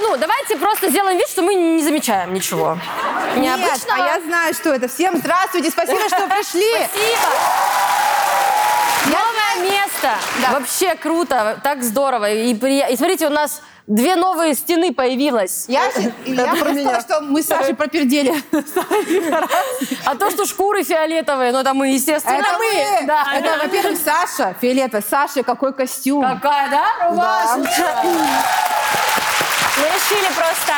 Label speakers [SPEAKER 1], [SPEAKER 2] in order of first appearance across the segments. [SPEAKER 1] ну, давайте просто сделаем вид, что мы не замечаем ничего.
[SPEAKER 2] Нет, а я знаю, что это. Всем здравствуйте, спасибо, что пришли.
[SPEAKER 1] Спасибо. Новое место.
[SPEAKER 2] Да.
[SPEAKER 1] Вообще круто, так здорово. И, прия- и смотрите, у нас две новые стены появилось.
[SPEAKER 2] Я, щи- я просто, что мы с Сашей пропердели.
[SPEAKER 1] А то, что шкуры фиолетовые, ну это мы, естественно,
[SPEAKER 2] Это мы.
[SPEAKER 1] Да.
[SPEAKER 2] Это, во-первых, Саша Фиолетовая. Саша, какой костюм.
[SPEAKER 1] Какая, да?
[SPEAKER 3] Мы решили просто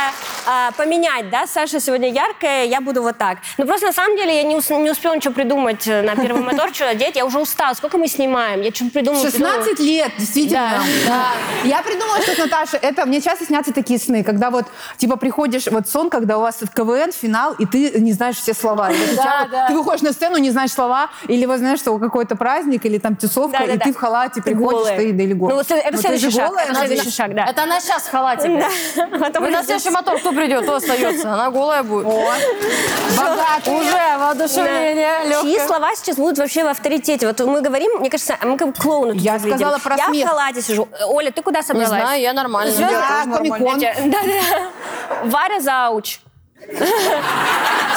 [SPEAKER 3] а, поменять, да, Саша сегодня яркая, я буду вот так. Но просто на самом деле я не, ус- не успела ничего придумать э, на первый мотор, что одеть, я уже устала. Сколько мы снимаем? Я что-то придумала. придумала.
[SPEAKER 2] 16 лет, действительно. Да. Я придумала, что Наташа, это мне часто снятся такие сны, когда вот, типа, приходишь, вот сон, когда у вас в КВН финал, и ты не знаешь все слова. И вот у тебя
[SPEAKER 1] Да,
[SPEAKER 2] вот-
[SPEAKER 1] да.
[SPEAKER 2] Ты выходишь на сцену, не знаешь слова, или вот знаешь, что какой-то праздник, или там тусовка, и
[SPEAKER 3] Да-да-да.
[SPEAKER 2] ты в халате
[SPEAKER 3] Ты
[SPEAKER 2] приходишь,
[SPEAKER 3] голая.
[SPEAKER 2] ты или голая.
[SPEAKER 3] Ну, вот это
[SPEAKER 2] Но ты
[SPEAKER 3] следующий
[SPEAKER 2] же
[SPEAKER 3] шаг,
[SPEAKER 2] голая,
[SPEAKER 3] это
[SPEAKER 2] надо-
[SPEAKER 3] следующий шаг, да.
[SPEAKER 1] Это она сейчас в халате. будет.
[SPEAKER 3] Потом
[SPEAKER 1] Ну, На
[SPEAKER 3] придётся.
[SPEAKER 1] следующий мотор кто придет, кто остается. Она голая будет.
[SPEAKER 2] О, богатые.
[SPEAKER 1] Уже воодушевление
[SPEAKER 3] Да. Чьи
[SPEAKER 1] легкое.
[SPEAKER 3] слова сейчас будут вообще в авторитете? Вот мы говорим, мне кажется, мы как клоуны тут
[SPEAKER 2] Я
[SPEAKER 3] выглядим.
[SPEAKER 2] сказала про
[SPEAKER 3] Я
[SPEAKER 2] смех.
[SPEAKER 3] в халате сижу. Э, Оля, ты куда
[SPEAKER 1] Не
[SPEAKER 3] собралась? Э,
[SPEAKER 1] знаю, Э, я нормально.
[SPEAKER 2] Звезды- Да, комик-кон.
[SPEAKER 3] Да-да. Варя Зауч.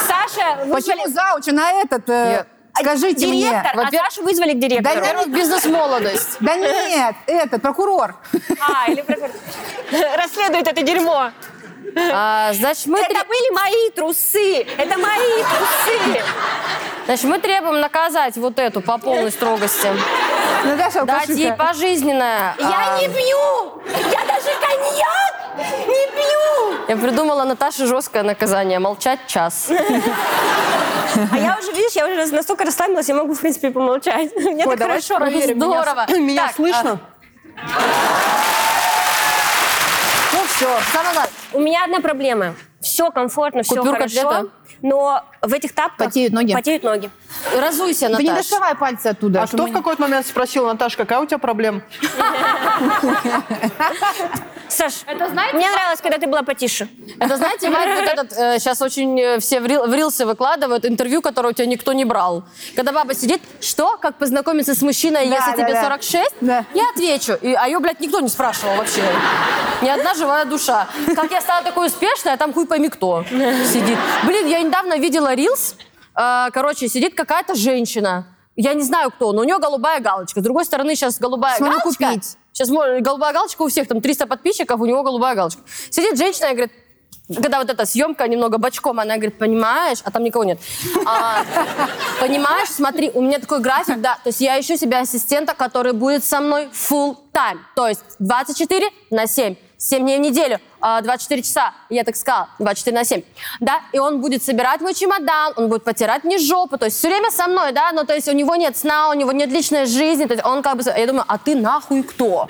[SPEAKER 3] Саша, вызвали...
[SPEAKER 2] Почему зауч на этот? э,
[SPEAKER 1] Нет.
[SPEAKER 2] Скажите мне.
[SPEAKER 3] Директор, а
[SPEAKER 2] Во-первых,
[SPEAKER 3] Сашу вызвали к
[SPEAKER 2] Да
[SPEAKER 3] директору.
[SPEAKER 2] нет,
[SPEAKER 1] Бизнес-молодость.
[SPEAKER 2] да нет, этот, прокурор.
[SPEAKER 3] А, или прокурор. Расследует это дерьмо.
[SPEAKER 1] А, значит, мы три-
[SPEAKER 3] Это были мои трусы. Это мои трусы.
[SPEAKER 1] Значит, мы требуем наказать вот эту по полной строгости.
[SPEAKER 2] Наташа,
[SPEAKER 1] Дать ей
[SPEAKER 2] Лукашенко.
[SPEAKER 1] пожизненное.
[SPEAKER 3] Я
[SPEAKER 1] А,
[SPEAKER 3] не пью. Я даже коньяк не пью.
[SPEAKER 1] Я придумала Наташе жесткое наказание. Молчать час.
[SPEAKER 3] А я уже, видишь, я уже настолько расслабилась, я могу, в принципе, помолчать. Мне
[SPEAKER 2] Ой,
[SPEAKER 3] так
[SPEAKER 2] давай
[SPEAKER 3] хорошо.
[SPEAKER 2] проверим, меня с-
[SPEAKER 1] Здорово.
[SPEAKER 2] Меня
[SPEAKER 1] Так,
[SPEAKER 2] слышно?
[SPEAKER 1] Ну все,
[SPEAKER 3] а. У меня одна проблема. Все комфортно, все
[SPEAKER 1] Купюрка
[SPEAKER 3] хорошо.
[SPEAKER 1] где-то?
[SPEAKER 3] Но в этих тапках...
[SPEAKER 2] Потеют ноги?
[SPEAKER 3] Потеют ноги.
[SPEAKER 1] Разуйся,
[SPEAKER 2] Ты не
[SPEAKER 1] Наташа.
[SPEAKER 2] доставай пальцы оттуда.
[SPEAKER 4] А кто в какой-то момент спросил, Наташа, какая у тебя проблема?
[SPEAKER 3] Саш, мне нравилось, когда ты была потише.
[SPEAKER 1] Это знаете, Варя, вот этот сейчас очень э, все в рил- в рилсы выкладывают интервью, которое у тебя никто не брал. Когда баба сидит, что, как познакомиться с мужчиной,
[SPEAKER 2] Да,
[SPEAKER 1] если
[SPEAKER 2] да,
[SPEAKER 1] тебе
[SPEAKER 2] да.
[SPEAKER 1] 46?
[SPEAKER 2] Да.
[SPEAKER 1] Я отвечу. И, а ее, блядь, никто не спрашивал вообще. Ни одна живая душа. Как я стала такой успешной, а там хуй пойми кто сидит. Блин, я недавно видела рилс. э, Короче, сидит какая-то женщина. Я не знаю, кто, но у нее голубая галочка. С другой стороны, сейчас голубая
[SPEAKER 2] Смотри,
[SPEAKER 1] галочка.
[SPEAKER 2] купить.
[SPEAKER 1] Сейчас можно- голубая галочка у всех, там 300 подписчиков, у него голубая галочка. Сидит женщина и говорит, когда вот эта съемка немного бочком, она говорит, понимаешь, а там никого нет. «А, понимаешь, смотри, у меня такой график, да, то есть я ищу себе ассистента, который будет со мной full time, то есть 24 на 7, 7 дней в неделю, а, 24 часа, я так сказала, 24 на 7, да, и он будет собирать мой чемодан, он будет потирать мне жопу, то есть все время со мной, да, ну, то есть у него нет сна, у него нет личной жизни, то есть он как бы, я думаю, а ты нахуй кто?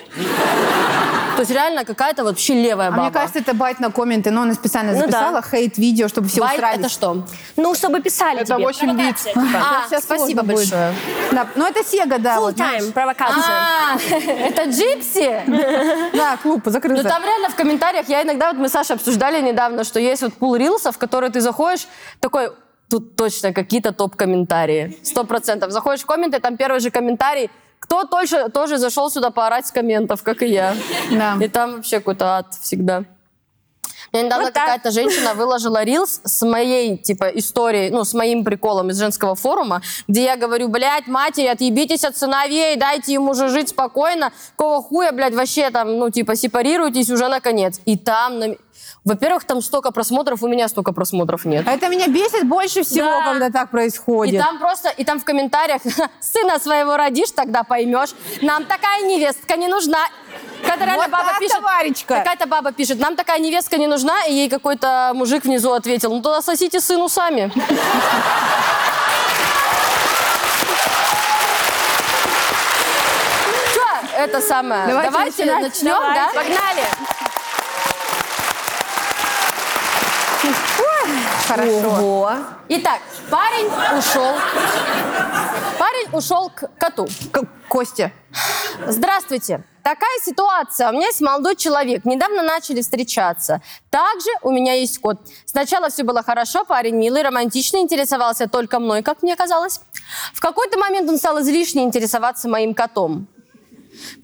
[SPEAKER 1] То есть реально какая-то вообще левая
[SPEAKER 2] А
[SPEAKER 1] баба.
[SPEAKER 2] мне кажется, это байт на комменты, но она специально
[SPEAKER 3] Ну да.
[SPEAKER 2] записала хейт-видео, чтобы все
[SPEAKER 1] Байт
[SPEAKER 2] устраивать.
[SPEAKER 1] это что?
[SPEAKER 3] Ну, чтобы писали
[SPEAKER 4] Это
[SPEAKER 3] тебе.
[SPEAKER 4] 8 бит.
[SPEAKER 3] Провокация, типа.
[SPEAKER 1] А, спасибо большое.
[SPEAKER 2] ну это Сега, да.
[SPEAKER 3] Full
[SPEAKER 2] вот, знаешь.
[SPEAKER 3] time, провокация.
[SPEAKER 1] А, это джипси?
[SPEAKER 2] Да, клуб
[SPEAKER 1] Ну
[SPEAKER 2] закрылся.
[SPEAKER 1] там реально в комментариях, я иногда, вот мы с Сашей обсуждали недавно, что есть вот пул рилсов, в которые ты заходишь, такой, тут точно какие-то топ-комментарии, сто процентов. Заходишь в комменты, там первый же комментарий, кто тоже, тоже зашел сюда поорать с комментов, как и я.
[SPEAKER 2] Да.
[SPEAKER 1] И там вообще какой-то ад всегда. Мне недавно
[SPEAKER 3] Вот так.
[SPEAKER 1] какая-то женщина выложила рилс с моей, типа, историей, ну, с моим приколом из женского форума, где я говорю, блядь, матери, отъебитесь от сыновей, дайте ему же жить спокойно, какого хуя, блядь, вообще там, ну, типа, сепарируйтесь уже наконец. И там, на- во-первых, там столько просмотров, у меня столько просмотров нет.
[SPEAKER 2] Это меня бесит больше всего,
[SPEAKER 1] Да.
[SPEAKER 2] когда так
[SPEAKER 1] И
[SPEAKER 2] происходит.
[SPEAKER 1] там просто, и там в комментариях, сына своего родишь, тогда поймешь. Нам такая невестка не нужна. Когда реально
[SPEAKER 2] Вот
[SPEAKER 1] баба
[SPEAKER 2] так,
[SPEAKER 1] пишет,
[SPEAKER 2] товарищка.
[SPEAKER 1] какая-то баба пишет, нам такая невестка не нужна, и ей какой-то мужик внизу ответил, ну тогда сосите сыну сами. Чё, Это самое.
[SPEAKER 2] Давайте
[SPEAKER 1] Давайте,
[SPEAKER 2] начинать.
[SPEAKER 1] начнем, да? Погнали.
[SPEAKER 2] Хорошо.
[SPEAKER 1] Ого. Итак, парень ушел. Парень ушел к коту.
[SPEAKER 2] К- Костя.
[SPEAKER 1] Здравствуйте. Такая ситуация. У меня есть молодой человек. Недавно начали встречаться. Также у меня есть кот. Сначала все было хорошо, парень милый, романтичный, интересовался только мной, как мне казалось. В какой-то момент он стал излишне интересоваться моим котом.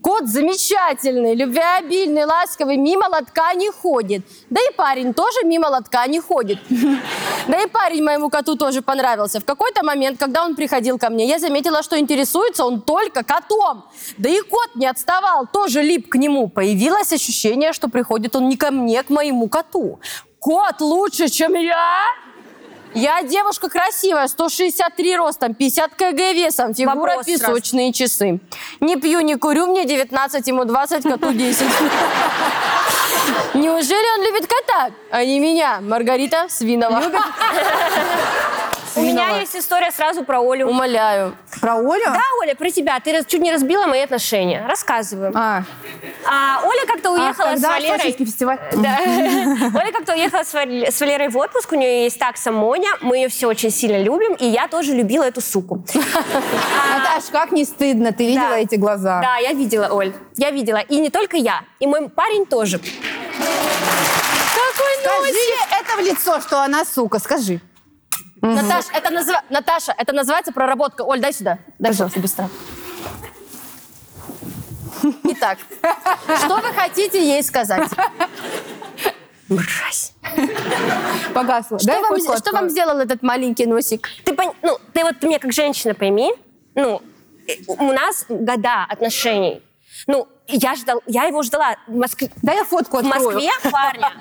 [SPEAKER 1] Кот замечательный, любвеобильный, ласковый, мимо лотка не ходит. Да и парень тоже мимо лотка не ходит. Да и парень моему коту тоже понравился. В какой-то момент, когда он приходил ко мне, я заметила, что интересуется он только котом. Да и кот не отставал, тоже лип к нему. Появилось ощущение, что приходит он не ко мне, а к моему коту. Кот лучше, чем я? Я девушка красивая, 163 ростом, 50 кг весом, фигура
[SPEAKER 3] Вопрос сразу.
[SPEAKER 1] песочные часы. Не пью, не курю, мне 19, ему 20, коту 10. Неужели он любит кота, а не меня, Маргарита Свинова?
[SPEAKER 3] У меня есть история сразу про Олю.
[SPEAKER 1] Умоляю.
[SPEAKER 2] Про Олю?
[SPEAKER 3] Да, Оля, про тебя. Ты раз- чуть не разбила мои отношения. Рассказываю.
[SPEAKER 2] А,
[SPEAKER 3] А, Оля как-то
[SPEAKER 2] а
[SPEAKER 3] уехала с
[SPEAKER 2] когда
[SPEAKER 3] Валерой.
[SPEAKER 2] Сочинский фестиваль?
[SPEAKER 3] Да. Оля как-то уехала с, Валь- с Валерой в отпуск, у нее есть такса Моня, мы ее все очень сильно любим, и я тоже любила эту суку.
[SPEAKER 2] Наташ, как не стыдно, ты видела
[SPEAKER 3] Да.
[SPEAKER 2] эти глаза?
[SPEAKER 3] Да, я видела, Оль, я видела. И не только я, и мой парень тоже.
[SPEAKER 2] Скажи ей это в лицо, что она сука, скажи.
[SPEAKER 1] Наташа, это назва- Наташа, это называется проработка. Оль, дай сюда. Дай, пожалуйста, быстро. Итак, что вы хотите ей сказать?
[SPEAKER 3] Мразь.
[SPEAKER 2] Погасла.
[SPEAKER 1] Что, вам, что вам сделал этот маленький носик?
[SPEAKER 3] Ты, пон- ну, ты вот меня как женщина пойми, ну, э, у нас года отношений. Ну, я ждал, я его ждала в Москве.
[SPEAKER 2] Да я фотку
[SPEAKER 3] в
[SPEAKER 2] открою.
[SPEAKER 3] Москве парня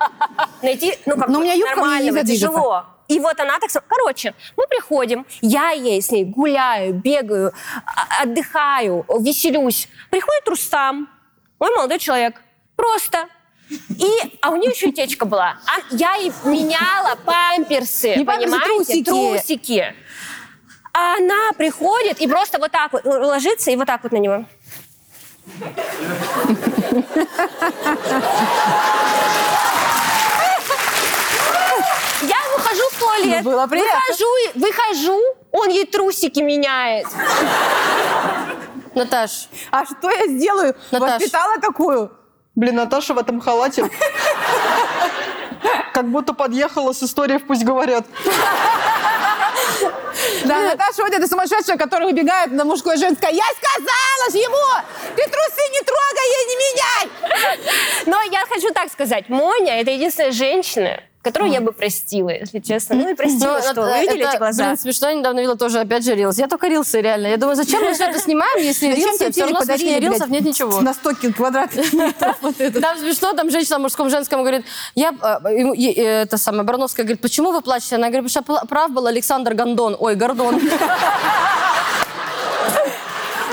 [SPEAKER 3] найти, ну, как
[SPEAKER 2] Но у меня юбка, мне не
[SPEAKER 3] нормального,
[SPEAKER 2] задвигаться.
[SPEAKER 3] тяжело. И вот она так... со- Короче, мы приходим, я ей с ней гуляю, бегаю, а- отдыхаю, веселюсь. Приходит Рустам, мой молодой человек, просто. И, а у нее еще течка была. А я ей меняла памперсы,
[SPEAKER 2] Не памперсы,
[SPEAKER 3] понимаете?
[SPEAKER 2] трусики.
[SPEAKER 3] трусики. А она приходит и просто вот так вот э, ложится и вот так вот на него. Я выхожу в туалет,
[SPEAKER 2] Ну, было приятно.
[SPEAKER 3] выхожу, и- выхожу, он ей трусики меняет.
[SPEAKER 1] Наташ,
[SPEAKER 2] А что я сделаю?
[SPEAKER 1] Наташ.
[SPEAKER 2] Воспитала такую?
[SPEAKER 4] Блин, Наташа в этом халате. Как будто подъехала с историей в «Пусть говорят».
[SPEAKER 2] Да, Наташа вот эта сумасшедшая, которая убегает на мужское и женское. Я сказала же ему! Ты трусы не трогай, я не меняй!
[SPEAKER 3] Но я хочу так сказать, Моня это единственная женщина, которую я бы простила, если честно. Ну и простила,
[SPEAKER 1] Ну,
[SPEAKER 3] что
[SPEAKER 1] это-
[SPEAKER 3] вы видели
[SPEAKER 1] это,
[SPEAKER 3] эти глаза.
[SPEAKER 1] Блин, смешно, я недавно видела тоже, опять же, рилсы. Я только рилсы, реально. Я думаю, зачем мы все это снимаем, если рилсы, все равно смешнее рилсов нет ничего.
[SPEAKER 2] На 100 квадратных метров вот это.
[SPEAKER 1] Там смешно, там женщина в мужском, женском говорит, я, э, ему- е- э, это самое, Барановская говорит, почему вы плачете? Она говорит, потому что пла- прав был Александр Гондон, ой, Гордон.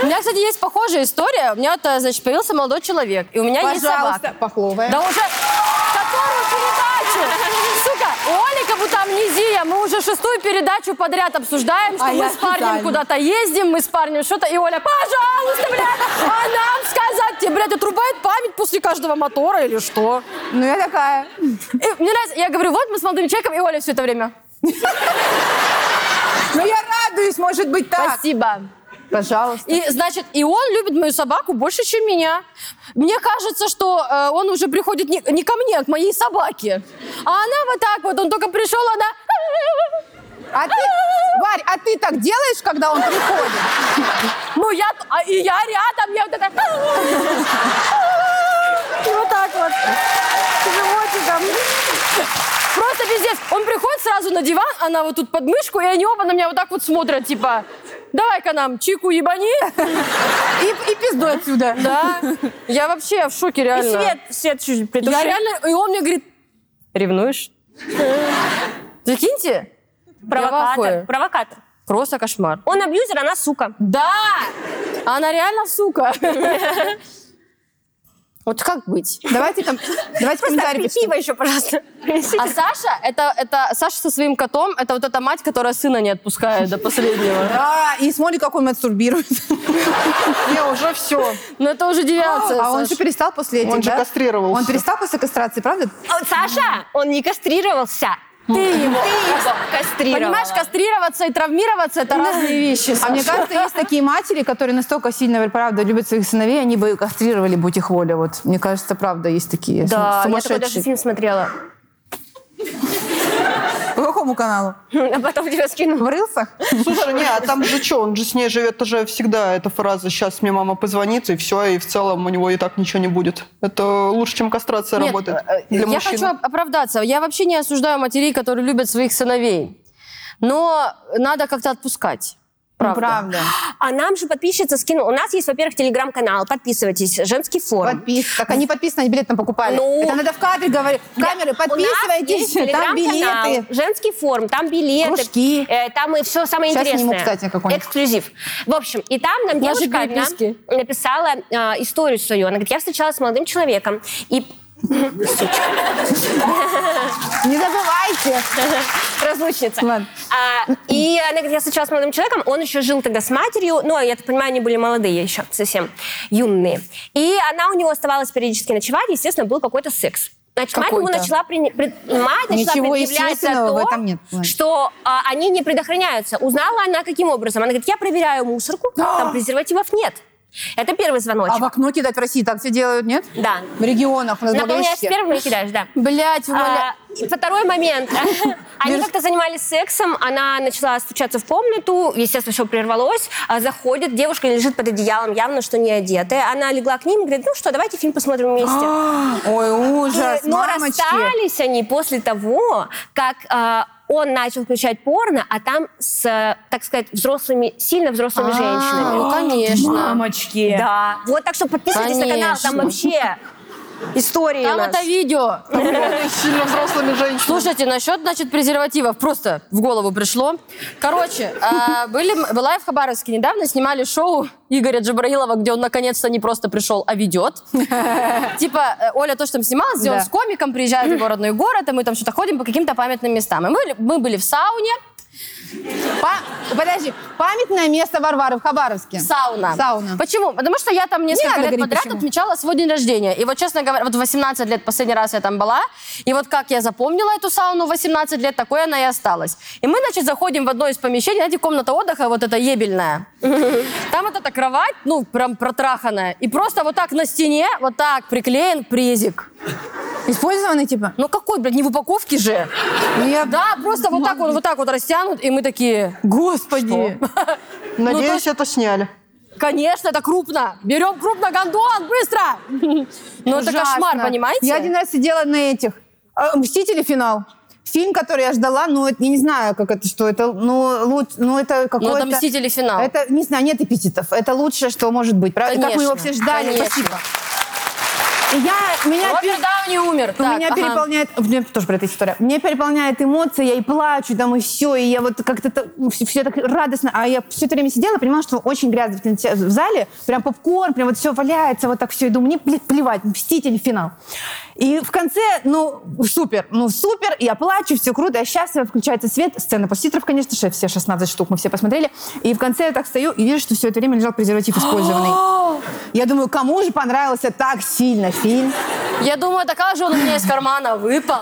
[SPEAKER 1] У меня, кстати, есть похожая история. У меня, это, значит, появился молодой человек, и у меня есть собака.
[SPEAKER 2] Пожалуйста, похлопаем.
[SPEAKER 1] Да уже которую передачу? Сука, Олика будто амнезия. Мы уже шестую передачу подряд обсуждаем, что
[SPEAKER 2] А
[SPEAKER 1] мы
[SPEAKER 2] я
[SPEAKER 1] с парнем
[SPEAKER 2] специально.
[SPEAKER 1] куда-то ездим, мы с парнем что-то. И Оля, пожалуйста, блядь, а нам сказать тебе, блядь, отрубает память после каждого мотора или что?
[SPEAKER 2] Ну я такая.
[SPEAKER 1] И мне нравится, я говорю, вот мы с молодым человеком, и Оля все это время.
[SPEAKER 2] Ну я радуюсь, может быть, так.
[SPEAKER 1] Спасибо.
[SPEAKER 2] Пожалуйста.
[SPEAKER 1] И, значит, и он любит мою собаку больше, чем меня. Мне кажется, что э, он уже приходит не, не ко мне, а к моей собаке. А она вот так вот, он только пришел, она...
[SPEAKER 2] А ты, Варь, а ты так делаешь, когда он приходит?
[SPEAKER 1] Ну, я... а, и я рядом, я вот это... И вот так вот.
[SPEAKER 2] Животиком.
[SPEAKER 1] Просто пиздец. Он приходит сразу на диван, она вот тут под мышку, и они оба на меня вот так вот смотрят, типа... Давай-ка нам чику ебани.
[SPEAKER 2] И, и пиздой отсюда.
[SPEAKER 1] Да. Я вообще в шоке,
[SPEAKER 3] И
[SPEAKER 1] реально.
[SPEAKER 3] свет, свет чуть притуши.
[SPEAKER 1] Я реально... И он мне говорит... Ревнуешь? Закиньте.
[SPEAKER 3] провокатор.
[SPEAKER 1] ахуе.
[SPEAKER 3] Провокатор.
[SPEAKER 1] Просто кошмар.
[SPEAKER 3] Он абьюзер, она сука.
[SPEAKER 1] Да! Она реально сука. Вот как быть?
[SPEAKER 2] Давайте там, давайте
[SPEAKER 3] Так,
[SPEAKER 2] комментарий
[SPEAKER 3] пи-
[SPEAKER 2] пишите.
[SPEAKER 3] пиво еще, пожалуйста. принесите.
[SPEAKER 1] А Саша, это, это Саша со своим котом, это вот эта мать, которая сына не отпускает до последнего.
[SPEAKER 2] А, и смотри, как он мастурбирует.
[SPEAKER 4] Не, уже все.
[SPEAKER 1] Но это уже девиация,
[SPEAKER 2] А он
[SPEAKER 1] Саш.
[SPEAKER 2] же перестал после этих,
[SPEAKER 4] Он же
[SPEAKER 2] да?
[SPEAKER 4] кастрировался.
[SPEAKER 2] Он перестал после кастрации, правда?
[SPEAKER 3] А вот Саша, он не кастрировался. Ты его, кастрировала.
[SPEAKER 1] Понимаешь, кастрироваться и травмироваться это разные вещи.
[SPEAKER 2] А мне кажется, есть такие матери, которые настолько сильно, правда, любят своих сыновей, они бы кастрировали, будь их воля. Вот, мне кажется, правда, есть такие
[SPEAKER 3] Да, я такой даже
[SPEAKER 2] сумасшедшие.
[SPEAKER 3] фильм смотрела.
[SPEAKER 2] По какому каналу?
[SPEAKER 3] А потом тебя скину.
[SPEAKER 2] В рилсах?
[SPEAKER 4] Слушай, не, а там же что, он же с ней живет уже всегда, эта фраза «сейчас мне мама позвонит» и все, и в целом у него и так ничего не будет. Это лучше, чем кастрация
[SPEAKER 1] Нет,
[SPEAKER 4] работает
[SPEAKER 1] э, э,
[SPEAKER 4] для
[SPEAKER 1] я
[SPEAKER 4] мужчин.
[SPEAKER 1] хочу оп- оправдаться. Я вообще не осуждаю матерей, которые любят своих сыновей. Но надо как-то отпускать. Правда.
[SPEAKER 3] А нам же подписчица скинула. У нас есть, во-первых, телеграм-канал. Подписывайтесь. Женский форум.
[SPEAKER 2] Подпис- Так они подписаны, они билет там покупали.
[SPEAKER 3] Ну.
[SPEAKER 2] Это надо в кадре говорить. В камеры подписывайтесь,
[SPEAKER 3] У нас есть
[SPEAKER 2] там
[SPEAKER 3] телеграм-канал,
[SPEAKER 2] билеты.
[SPEAKER 3] Женский форум, там билеты.
[SPEAKER 2] Кружки.
[SPEAKER 3] э, там и все самое
[SPEAKER 2] Сейчас
[SPEAKER 3] интересное.
[SPEAKER 2] сниму, кстати, какой-нибудь.
[SPEAKER 3] Эксклюзив. В общем, и там нам
[SPEAKER 1] Наши
[SPEAKER 3] девушка одна
[SPEAKER 1] переписки.
[SPEAKER 3] написала э, историю свою. Она говорит, я встречалась с молодым человеком. И
[SPEAKER 2] Не забывайте.
[SPEAKER 3] разлучница.
[SPEAKER 2] Ладно.
[SPEAKER 3] А, и она говорит, я встречалась с молодым человеком, он еще жил тогда с матерью, но, я так понимаю, они были молодые еще, совсем юные. И она у него оставалась периодически ночевать, естественно, был какой-то секс. Значит, мать ему
[SPEAKER 2] Какой-то.
[SPEAKER 3] начала прини- предпринимать, начала
[SPEAKER 2] Ничего
[SPEAKER 3] предъявлять за
[SPEAKER 2] естественного
[SPEAKER 3] то,
[SPEAKER 2] в этом нет. Ладно.
[SPEAKER 3] что а, они не предохраняются. Узнала она каким образом? Она говорит, я проверяю мусорку, там презервативов нет. Это первый звоночек.
[SPEAKER 2] А в окно кидать в России так все делают, нет?
[SPEAKER 3] Да.
[SPEAKER 2] В регионах у нас
[SPEAKER 3] Наполняешь
[SPEAKER 2] болельщики.
[SPEAKER 3] сперму и кидаешь, да.
[SPEAKER 1] Блять, умоляю.
[SPEAKER 3] А, и второй момент. Они
[SPEAKER 2] Миш-
[SPEAKER 3] как-то занимались сексом, она начала стучаться в комнату, естественно, все прервалось. А Заходит, девушка лежит под одеялом, явно, что не одетая. Она легла к ним и говорит, ну что, давайте фильм посмотрим вместе.
[SPEAKER 1] А,
[SPEAKER 2] Ой, ужас,
[SPEAKER 1] ну,
[SPEAKER 3] Но
[SPEAKER 2] мамочки.
[SPEAKER 3] расстались они после того, как а, он начал включать порно, а там с, э, так сказать, взрослыми, сильно взрослыми
[SPEAKER 1] А,
[SPEAKER 3] женщинами.
[SPEAKER 1] ну, конечно.
[SPEAKER 5] Мамочки.
[SPEAKER 3] Да. Вот так что подписывайтесь на канал, там
[SPEAKER 1] Конечно.
[SPEAKER 3] вообще истории у
[SPEAKER 1] Там
[SPEAKER 3] нас.
[SPEAKER 1] это видео.
[SPEAKER 4] Сильно взрослыми женщинами.
[SPEAKER 1] Слушайте, насчет, значит, презервативов просто в голову пришло. Короче, а, были, м- была я в Хабаровске недавно, снимали шоу Игоря Джабраилова, где он наконец-то не просто пришел, а ведет. Типа, э, Оля то, что там снималась, где он
[SPEAKER 2] Да.
[SPEAKER 1] с комиком приезжает в его родной город, и мы там что-то ходим по каким-то памятным местам. И мы, мы были в сауне,
[SPEAKER 2] Па- Подожди, памятное место Варвары в Хабаровске.
[SPEAKER 1] Сауна.
[SPEAKER 2] Сауна.
[SPEAKER 1] Почему? Потому что я там несколько
[SPEAKER 2] надо
[SPEAKER 1] лет
[SPEAKER 2] говорить,
[SPEAKER 1] подряд
[SPEAKER 2] почему.
[SPEAKER 1] отмечала свой день рождения. И вот, честно говоря, вот 18 лет последний раз я там была. И вот как я запомнила эту сауну в 18 лет, такой она и осталась. И мы, значит, заходим в одно из помещений, знаете, комната отдыха, вот эта ебельная. Там вот эта кровать, ну, прям протраханная. И просто вот так на стене, вот так приклеен презик.
[SPEAKER 2] Использованный типа?
[SPEAKER 1] Ну какой, блядь, не в упаковке же.
[SPEAKER 2] Нет.
[SPEAKER 1] Да, просто вот так вот, вот так вот растянут, и мы такие,
[SPEAKER 2] Господи.
[SPEAKER 1] ну, то
[SPEAKER 4] Надеюсь,
[SPEAKER 1] есть-
[SPEAKER 4] это сняли.
[SPEAKER 1] Конечно, это крупно. Берем крупно гондон, быстро. Ну это
[SPEAKER 2] Ужасно.
[SPEAKER 1] кошмар, понимаете?
[SPEAKER 2] Я один раз сидела на этих. э, Мстители финал. Фильм, который я ждала, ну, это, я не знаю, как это, что это, ну, луч- ну это
[SPEAKER 1] Ну
[SPEAKER 2] какое-то...
[SPEAKER 1] это «Мстители. Финал».
[SPEAKER 2] Это, не знаю, нет эпитетов. Это лучшее, что может быть. Правда? Как мы его
[SPEAKER 1] Конечно,
[SPEAKER 2] все ждали.
[SPEAKER 1] конечно.
[SPEAKER 2] Спасибо. И Я, меня пер-
[SPEAKER 1] Роберт Дауни умер. Так,
[SPEAKER 2] меня
[SPEAKER 1] ага.
[SPEAKER 2] переполняет, мне тоже про эту историю, меня переполняет эмоции, я и плачу, там, и все, и я вот как-то так- все, все так радостно, а я все это время сидела, понимала, что очень грязно в, киноте- в зале, прям попкорн, прям вот все валяется, вот так все, и думаю, мне пле- плевать, мститель, финал. И в конце, ну, супер, ну, супер, я плачу, все круто, я счастлива, включается свет, сцена после титров, конечно же, все 16 штук мы все посмотрели, и в конце я так стою и вижу, что все это время лежал презерватив использованный. Я думаю, кому же понравился так сильно фильм?
[SPEAKER 1] Я думаю, такая же он у меня из кармана выпал.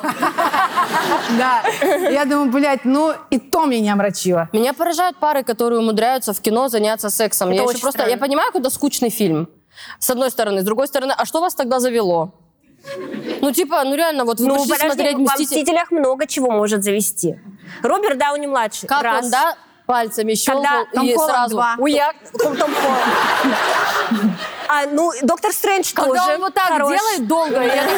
[SPEAKER 2] Да. Я думаю, блядь, ну и то меня омрачило.
[SPEAKER 1] Меня поражают пары, которые умудряются в кино заняться сексом. я
[SPEAKER 3] очень
[SPEAKER 1] еще просто,
[SPEAKER 3] странно.
[SPEAKER 1] я понимаю, куда скучный фильм. С одной стороны, с другой стороны, а что вас тогда завело? Ну типа, ну реально, вот вы
[SPEAKER 3] Ну,
[SPEAKER 1] пришли
[SPEAKER 3] подожди,
[SPEAKER 1] смотреть
[SPEAKER 3] во
[SPEAKER 1] «Мстители».
[SPEAKER 3] «Мстителях» много чего может завести. Роберт Дауни-младший.
[SPEAKER 1] Как
[SPEAKER 3] раз.
[SPEAKER 1] он, да, пальцами щелкал
[SPEAKER 3] Когда
[SPEAKER 1] и
[SPEAKER 2] Том Холланд
[SPEAKER 1] сразу.
[SPEAKER 2] два.
[SPEAKER 1] Уяк, Том Холланд.
[SPEAKER 3] А, ну, Доктор Стрэндж
[SPEAKER 1] Когда
[SPEAKER 3] тоже
[SPEAKER 1] он вот так
[SPEAKER 3] хорош.
[SPEAKER 1] делает долго, я такая уже,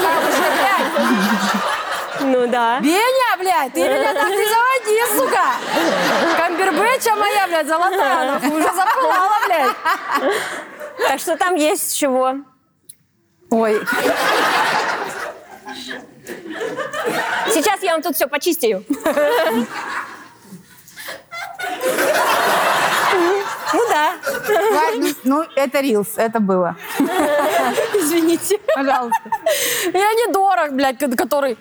[SPEAKER 1] блядь,
[SPEAKER 3] Ну да.
[SPEAKER 1] Беня, блядь, ты меня так не заводи, сука! Камбербэтча моя, блядь, золотая, она уже запылала, блядь.
[SPEAKER 3] Так что там есть чего.
[SPEAKER 2] Ой,
[SPEAKER 3] Сейчас я вам тут все почистю. Ну да.
[SPEAKER 2] ладно, ну это рилс, это было.
[SPEAKER 1] Извините.
[SPEAKER 2] Пожалуйста.
[SPEAKER 1] Я не дорог, блядь, ко- который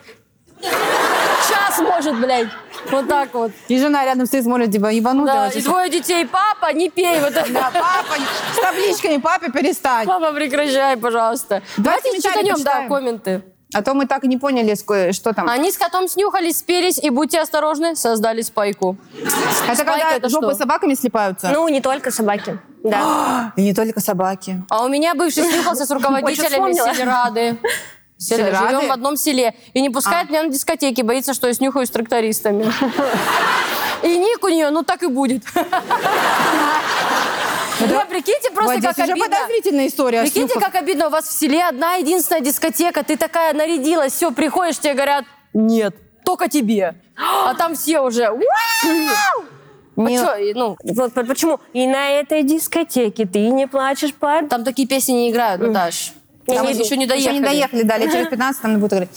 [SPEAKER 1] час может, блядь. Вот так вот.
[SPEAKER 2] И жена рядом стоит, смотрит, типа, ебанутая.
[SPEAKER 1] Да,
[SPEAKER 2] вообще.
[SPEAKER 1] и двое детей. Папа, не пей. Вот это.
[SPEAKER 2] Да, папа, с табличками, папе перестань.
[SPEAKER 1] Папа, прекращай, пожалуйста.
[SPEAKER 2] Давайте комментарии
[SPEAKER 1] читанем, да,
[SPEAKER 2] почитаем.
[SPEAKER 1] комменты.
[SPEAKER 2] А то мы так и не поняли, ско- что там.
[SPEAKER 1] Они с котом снюхались, спелись и, будьте осторожны, создали спайку.
[SPEAKER 2] это когда
[SPEAKER 1] это
[SPEAKER 2] жопы
[SPEAKER 1] что? Ну.
[SPEAKER 2] собаками слипаются?
[SPEAKER 3] Ну, не только собаки. Да.
[SPEAKER 2] И не только собаки.
[SPEAKER 1] А у меня бывший снюхался с руководителями
[SPEAKER 3] вспомнила.
[SPEAKER 1] Сильрады. Все
[SPEAKER 2] Все
[SPEAKER 1] живем
[SPEAKER 2] рады?
[SPEAKER 1] в одном селе. И не пускает
[SPEAKER 3] А.
[SPEAKER 1] меня на дискотеки, боится, что я снюхаю с трактористами. И ник у нее, ну так и будет. Да, прикиньте,
[SPEAKER 2] Вот
[SPEAKER 1] просто
[SPEAKER 2] здесь
[SPEAKER 1] как
[SPEAKER 2] уже
[SPEAKER 1] обидно.
[SPEAKER 2] подозрительная история.
[SPEAKER 1] Прикиньте,
[SPEAKER 2] Слухов.
[SPEAKER 1] как обидно, у вас в селе одна единственная дискотека, ты такая нарядилась, все, приходишь, тебе говорят, нет, только тебе. А там все уже, «Вау!» А
[SPEAKER 2] Не-
[SPEAKER 1] чё, и, ну,
[SPEAKER 3] Вот по- почему. И на этой дискотеке ты не плачешь по
[SPEAKER 1] там такие песни не играют, Наташ.
[SPEAKER 3] Я
[SPEAKER 1] Там
[SPEAKER 3] не иду.
[SPEAKER 1] еще не
[SPEAKER 2] Еще
[SPEAKER 1] доехали.
[SPEAKER 2] не доехали, да, лет через 15 она будет говорить.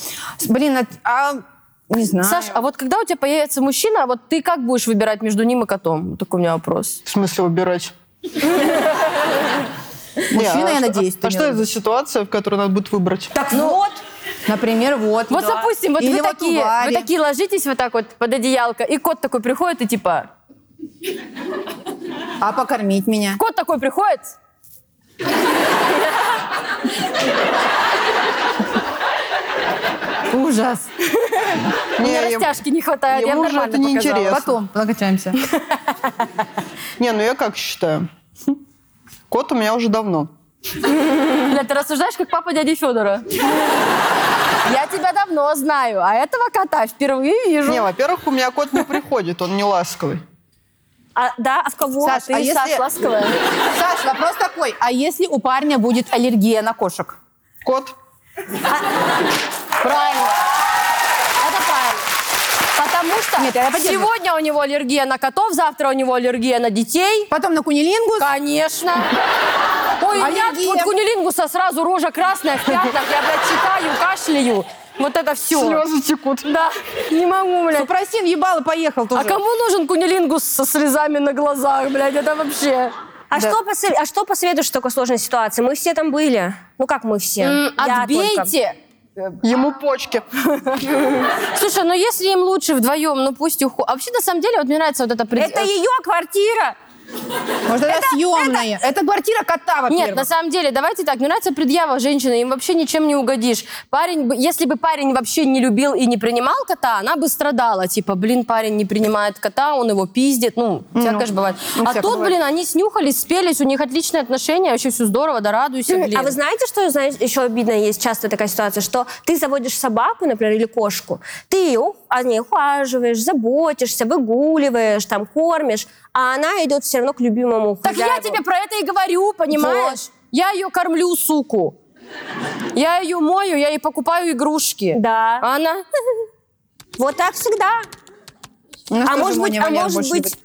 [SPEAKER 2] Блин, а- а... Не знаю.
[SPEAKER 1] Саш, а вот когда у тебя появится мужчина, вот ты как будешь выбирать между ним и котом? Вот такой у меня вопрос.
[SPEAKER 4] В смысле выбирать? Мужчина,
[SPEAKER 2] я надеюсь, ты
[SPEAKER 4] А что
[SPEAKER 2] имела
[SPEAKER 4] это за ситуация, в которой надо будет выбрать?
[SPEAKER 2] Так вот. Например, Ну, вот.
[SPEAKER 1] Вот,
[SPEAKER 2] Да.
[SPEAKER 1] допустим, вот
[SPEAKER 2] Или
[SPEAKER 1] вы
[SPEAKER 2] вот у
[SPEAKER 1] такие, вы
[SPEAKER 2] Вари.
[SPEAKER 1] такие ложитесь вот так вот под одеялко, и кот такой приходит и типа,
[SPEAKER 2] А покормить меня?
[SPEAKER 1] кот такой приходит,
[SPEAKER 2] Ужас.
[SPEAKER 1] у меня
[SPEAKER 4] я-
[SPEAKER 1] растяжки не хватает,
[SPEAKER 4] мне
[SPEAKER 1] я
[SPEAKER 4] уже
[SPEAKER 1] нормально
[SPEAKER 4] это не
[SPEAKER 1] показала.
[SPEAKER 4] интересно.
[SPEAKER 2] Потом накачаемся.
[SPEAKER 4] Не, ну я как считаю? Кот у меня уже давно.
[SPEAKER 1] Бля, ты рассуждаешь, как папа дяди Федора. Я тебя давно знаю, а этого кота впервые вижу.
[SPEAKER 4] Не, во-первых, у меня кот не приходит, он не ласковый.
[SPEAKER 3] А, да, а в кого?
[SPEAKER 2] Саш,
[SPEAKER 1] Ты,
[SPEAKER 2] а если-
[SPEAKER 1] Саш, ласковая.
[SPEAKER 2] Саш, вопрос такой. А если у парня будет аллергия на кошек?
[SPEAKER 4] Кот?
[SPEAKER 1] Правильно. Это правильно. Потому что
[SPEAKER 2] Нет, я поддерживаю.
[SPEAKER 1] сегодня у него аллергия на котов, завтра у него аллергия на детей.
[SPEAKER 2] Потом на кунилингус?
[SPEAKER 1] Конечно. Ой, у меня
[SPEAKER 2] Аллергия.
[SPEAKER 1] А от кунилингуса сразу рожа красная в пятнах. Я, блядь, читаю, кашляю. Вот это все.
[SPEAKER 4] Слезы текут.
[SPEAKER 1] Да, не могу, блядь.
[SPEAKER 2] Супросин ебал и поехал тоже.
[SPEAKER 1] А кому нужен кунилингус со слезами на глазах, блядь? Это вообще...
[SPEAKER 3] А,
[SPEAKER 2] Да.
[SPEAKER 3] что посов- а что посоветуешь в такой сложной ситуации? Мы все там были. Ну как мы все?
[SPEAKER 1] М,
[SPEAKER 3] Я только.
[SPEAKER 1] Отбейте.
[SPEAKER 4] Ему почки.
[SPEAKER 1] Слушай, ну если им лучше вдвоем, ну пусть уходят. А вообще, на самом деле, вот мне нравится вот это... пред-
[SPEAKER 3] Это
[SPEAKER 1] э,
[SPEAKER 3] ее квартира.
[SPEAKER 2] Может, это, съемные? Это... квартира кота, во-первых.
[SPEAKER 1] Нет, на самом деле, давайте так, мне нравится предъява женщины, им вообще ничем не угодишь. Парень, бы- если бы парень вообще не любил и не принимал кота, она бы страдала, типа, блин, парень не принимает кота, он его пиздит, ну, всякое же бывает.
[SPEAKER 2] ну,
[SPEAKER 1] а
[SPEAKER 2] всяко
[SPEAKER 1] тут,
[SPEAKER 2] бывает.
[SPEAKER 1] блин, они снюхались, спелись, у них отличные отношения, вообще все здорово, да радуйся, блин.
[SPEAKER 3] А вы знаете, что знаешь, еще обидно есть часто такая ситуация, что ты заводишь собаку, например, или кошку, ты её- о ней ухаживаешь, заботишься, выгуливаешь, там кормишь, а она идет все равно к любимому
[SPEAKER 1] Так я
[SPEAKER 3] хозяеву.
[SPEAKER 1] тебе про это и говорю, понимаешь? Я ее кормлю, суку. Я ее мою, я ей покупаю игрушки.
[SPEAKER 3] Да.
[SPEAKER 1] А она...
[SPEAKER 3] Вот так всегда.
[SPEAKER 2] Ну, У
[SPEAKER 1] Ну,
[SPEAKER 2] нас
[SPEAKER 3] а
[SPEAKER 2] тоже
[SPEAKER 3] может быть,
[SPEAKER 2] Моня
[SPEAKER 3] а
[SPEAKER 2] Валера
[SPEAKER 3] может
[SPEAKER 2] больше
[SPEAKER 3] быть,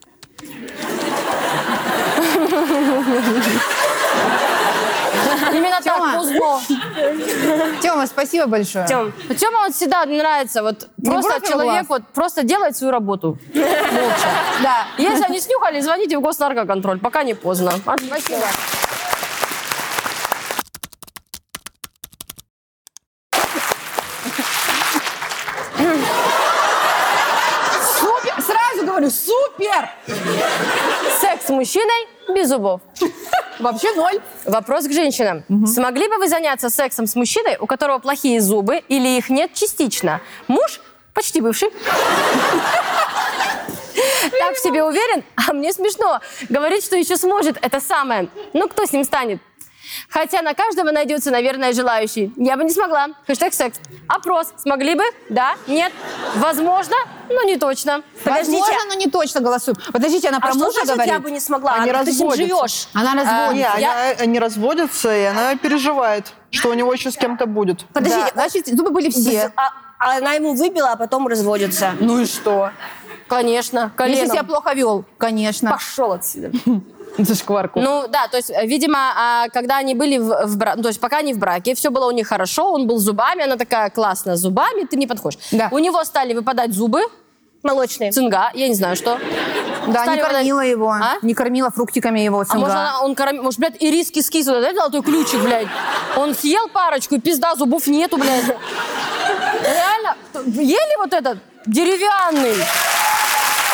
[SPEAKER 1] Именно так,
[SPEAKER 2] Тёма.
[SPEAKER 1] поздно.
[SPEAKER 2] любит. Тёма, спасибо большое.
[SPEAKER 3] Тём,
[SPEAKER 1] Тема вот всегда нравится. Вот
[SPEAKER 2] Не
[SPEAKER 1] просто
[SPEAKER 2] бровь, а
[SPEAKER 1] человек вот просто делает свою работу. Молча.
[SPEAKER 2] Да.
[SPEAKER 1] Если они снюхали, звоните в госнаркоконтроль, пока не поздно. А, Спасибо.
[SPEAKER 2] Супер. Сразу говорю, супер.
[SPEAKER 1] Секс с мужчиной без зубов.
[SPEAKER 2] Вообще ноль.
[SPEAKER 1] Вопрос к женщинам. Смогли бы вы заняться сексом с мужчиной, у которого плохие зубы или их нет частично? Муж почти бывший. Так в себе уверен, а мне смешно. Говорит, что еще сможет это самое. Ну, кто с ним станет? Хотя на каждого найдется, наверное, желающий. Я бы не смогла. Хэштег секс. Опрос. Смогли бы? Да? Нет? Возможно, но не точно.
[SPEAKER 3] Подождите.
[SPEAKER 2] Возможно, но не точно голосуем. Подождите, она
[SPEAKER 3] а
[SPEAKER 2] про
[SPEAKER 3] что
[SPEAKER 2] мужа
[SPEAKER 3] значит,
[SPEAKER 2] говорит?
[SPEAKER 3] я бы не смогла?
[SPEAKER 4] Они
[SPEAKER 3] Она- ты с ним
[SPEAKER 4] разводятся.
[SPEAKER 3] живешь.
[SPEAKER 2] Она
[SPEAKER 4] Не,
[SPEAKER 2] разводится.
[SPEAKER 4] они, они разводятся, и она переживает, что у него еще с кем-то будет.
[SPEAKER 2] Подождите, значит, зубы были все.
[SPEAKER 3] А, а она ему выбила, а потом разводится.
[SPEAKER 2] Ну и что?
[SPEAKER 1] Конечно. Коленом.
[SPEAKER 2] Ну, Если себя плохо вел, конечно.
[SPEAKER 1] Пошел отсюда.
[SPEAKER 2] За шкварку.
[SPEAKER 1] Ну да, то есть, э, видимо, а, когда они были в, в бра- ну, то есть пока они в браке, все было у них хорошо, он был с зубами, она такая классная с зубами, ты не подходишь.
[SPEAKER 2] Да.
[SPEAKER 1] У него стали выпадать зубы,
[SPEAKER 3] Молочные.
[SPEAKER 1] цинга, я не знаю что.
[SPEAKER 2] да,
[SPEAKER 1] стали
[SPEAKER 2] не кормила
[SPEAKER 1] выпадать-
[SPEAKER 2] его.
[SPEAKER 1] А?
[SPEAKER 2] Не кормила фруктиками его
[SPEAKER 1] А
[SPEAKER 2] сынга.
[SPEAKER 1] может, она- он корм... может, блядь, ириски скис вот этот золотой ключик, блядь. Он съел парочку, и пизда, зубов нету, блядь. Реально, ели вот этот деревянный.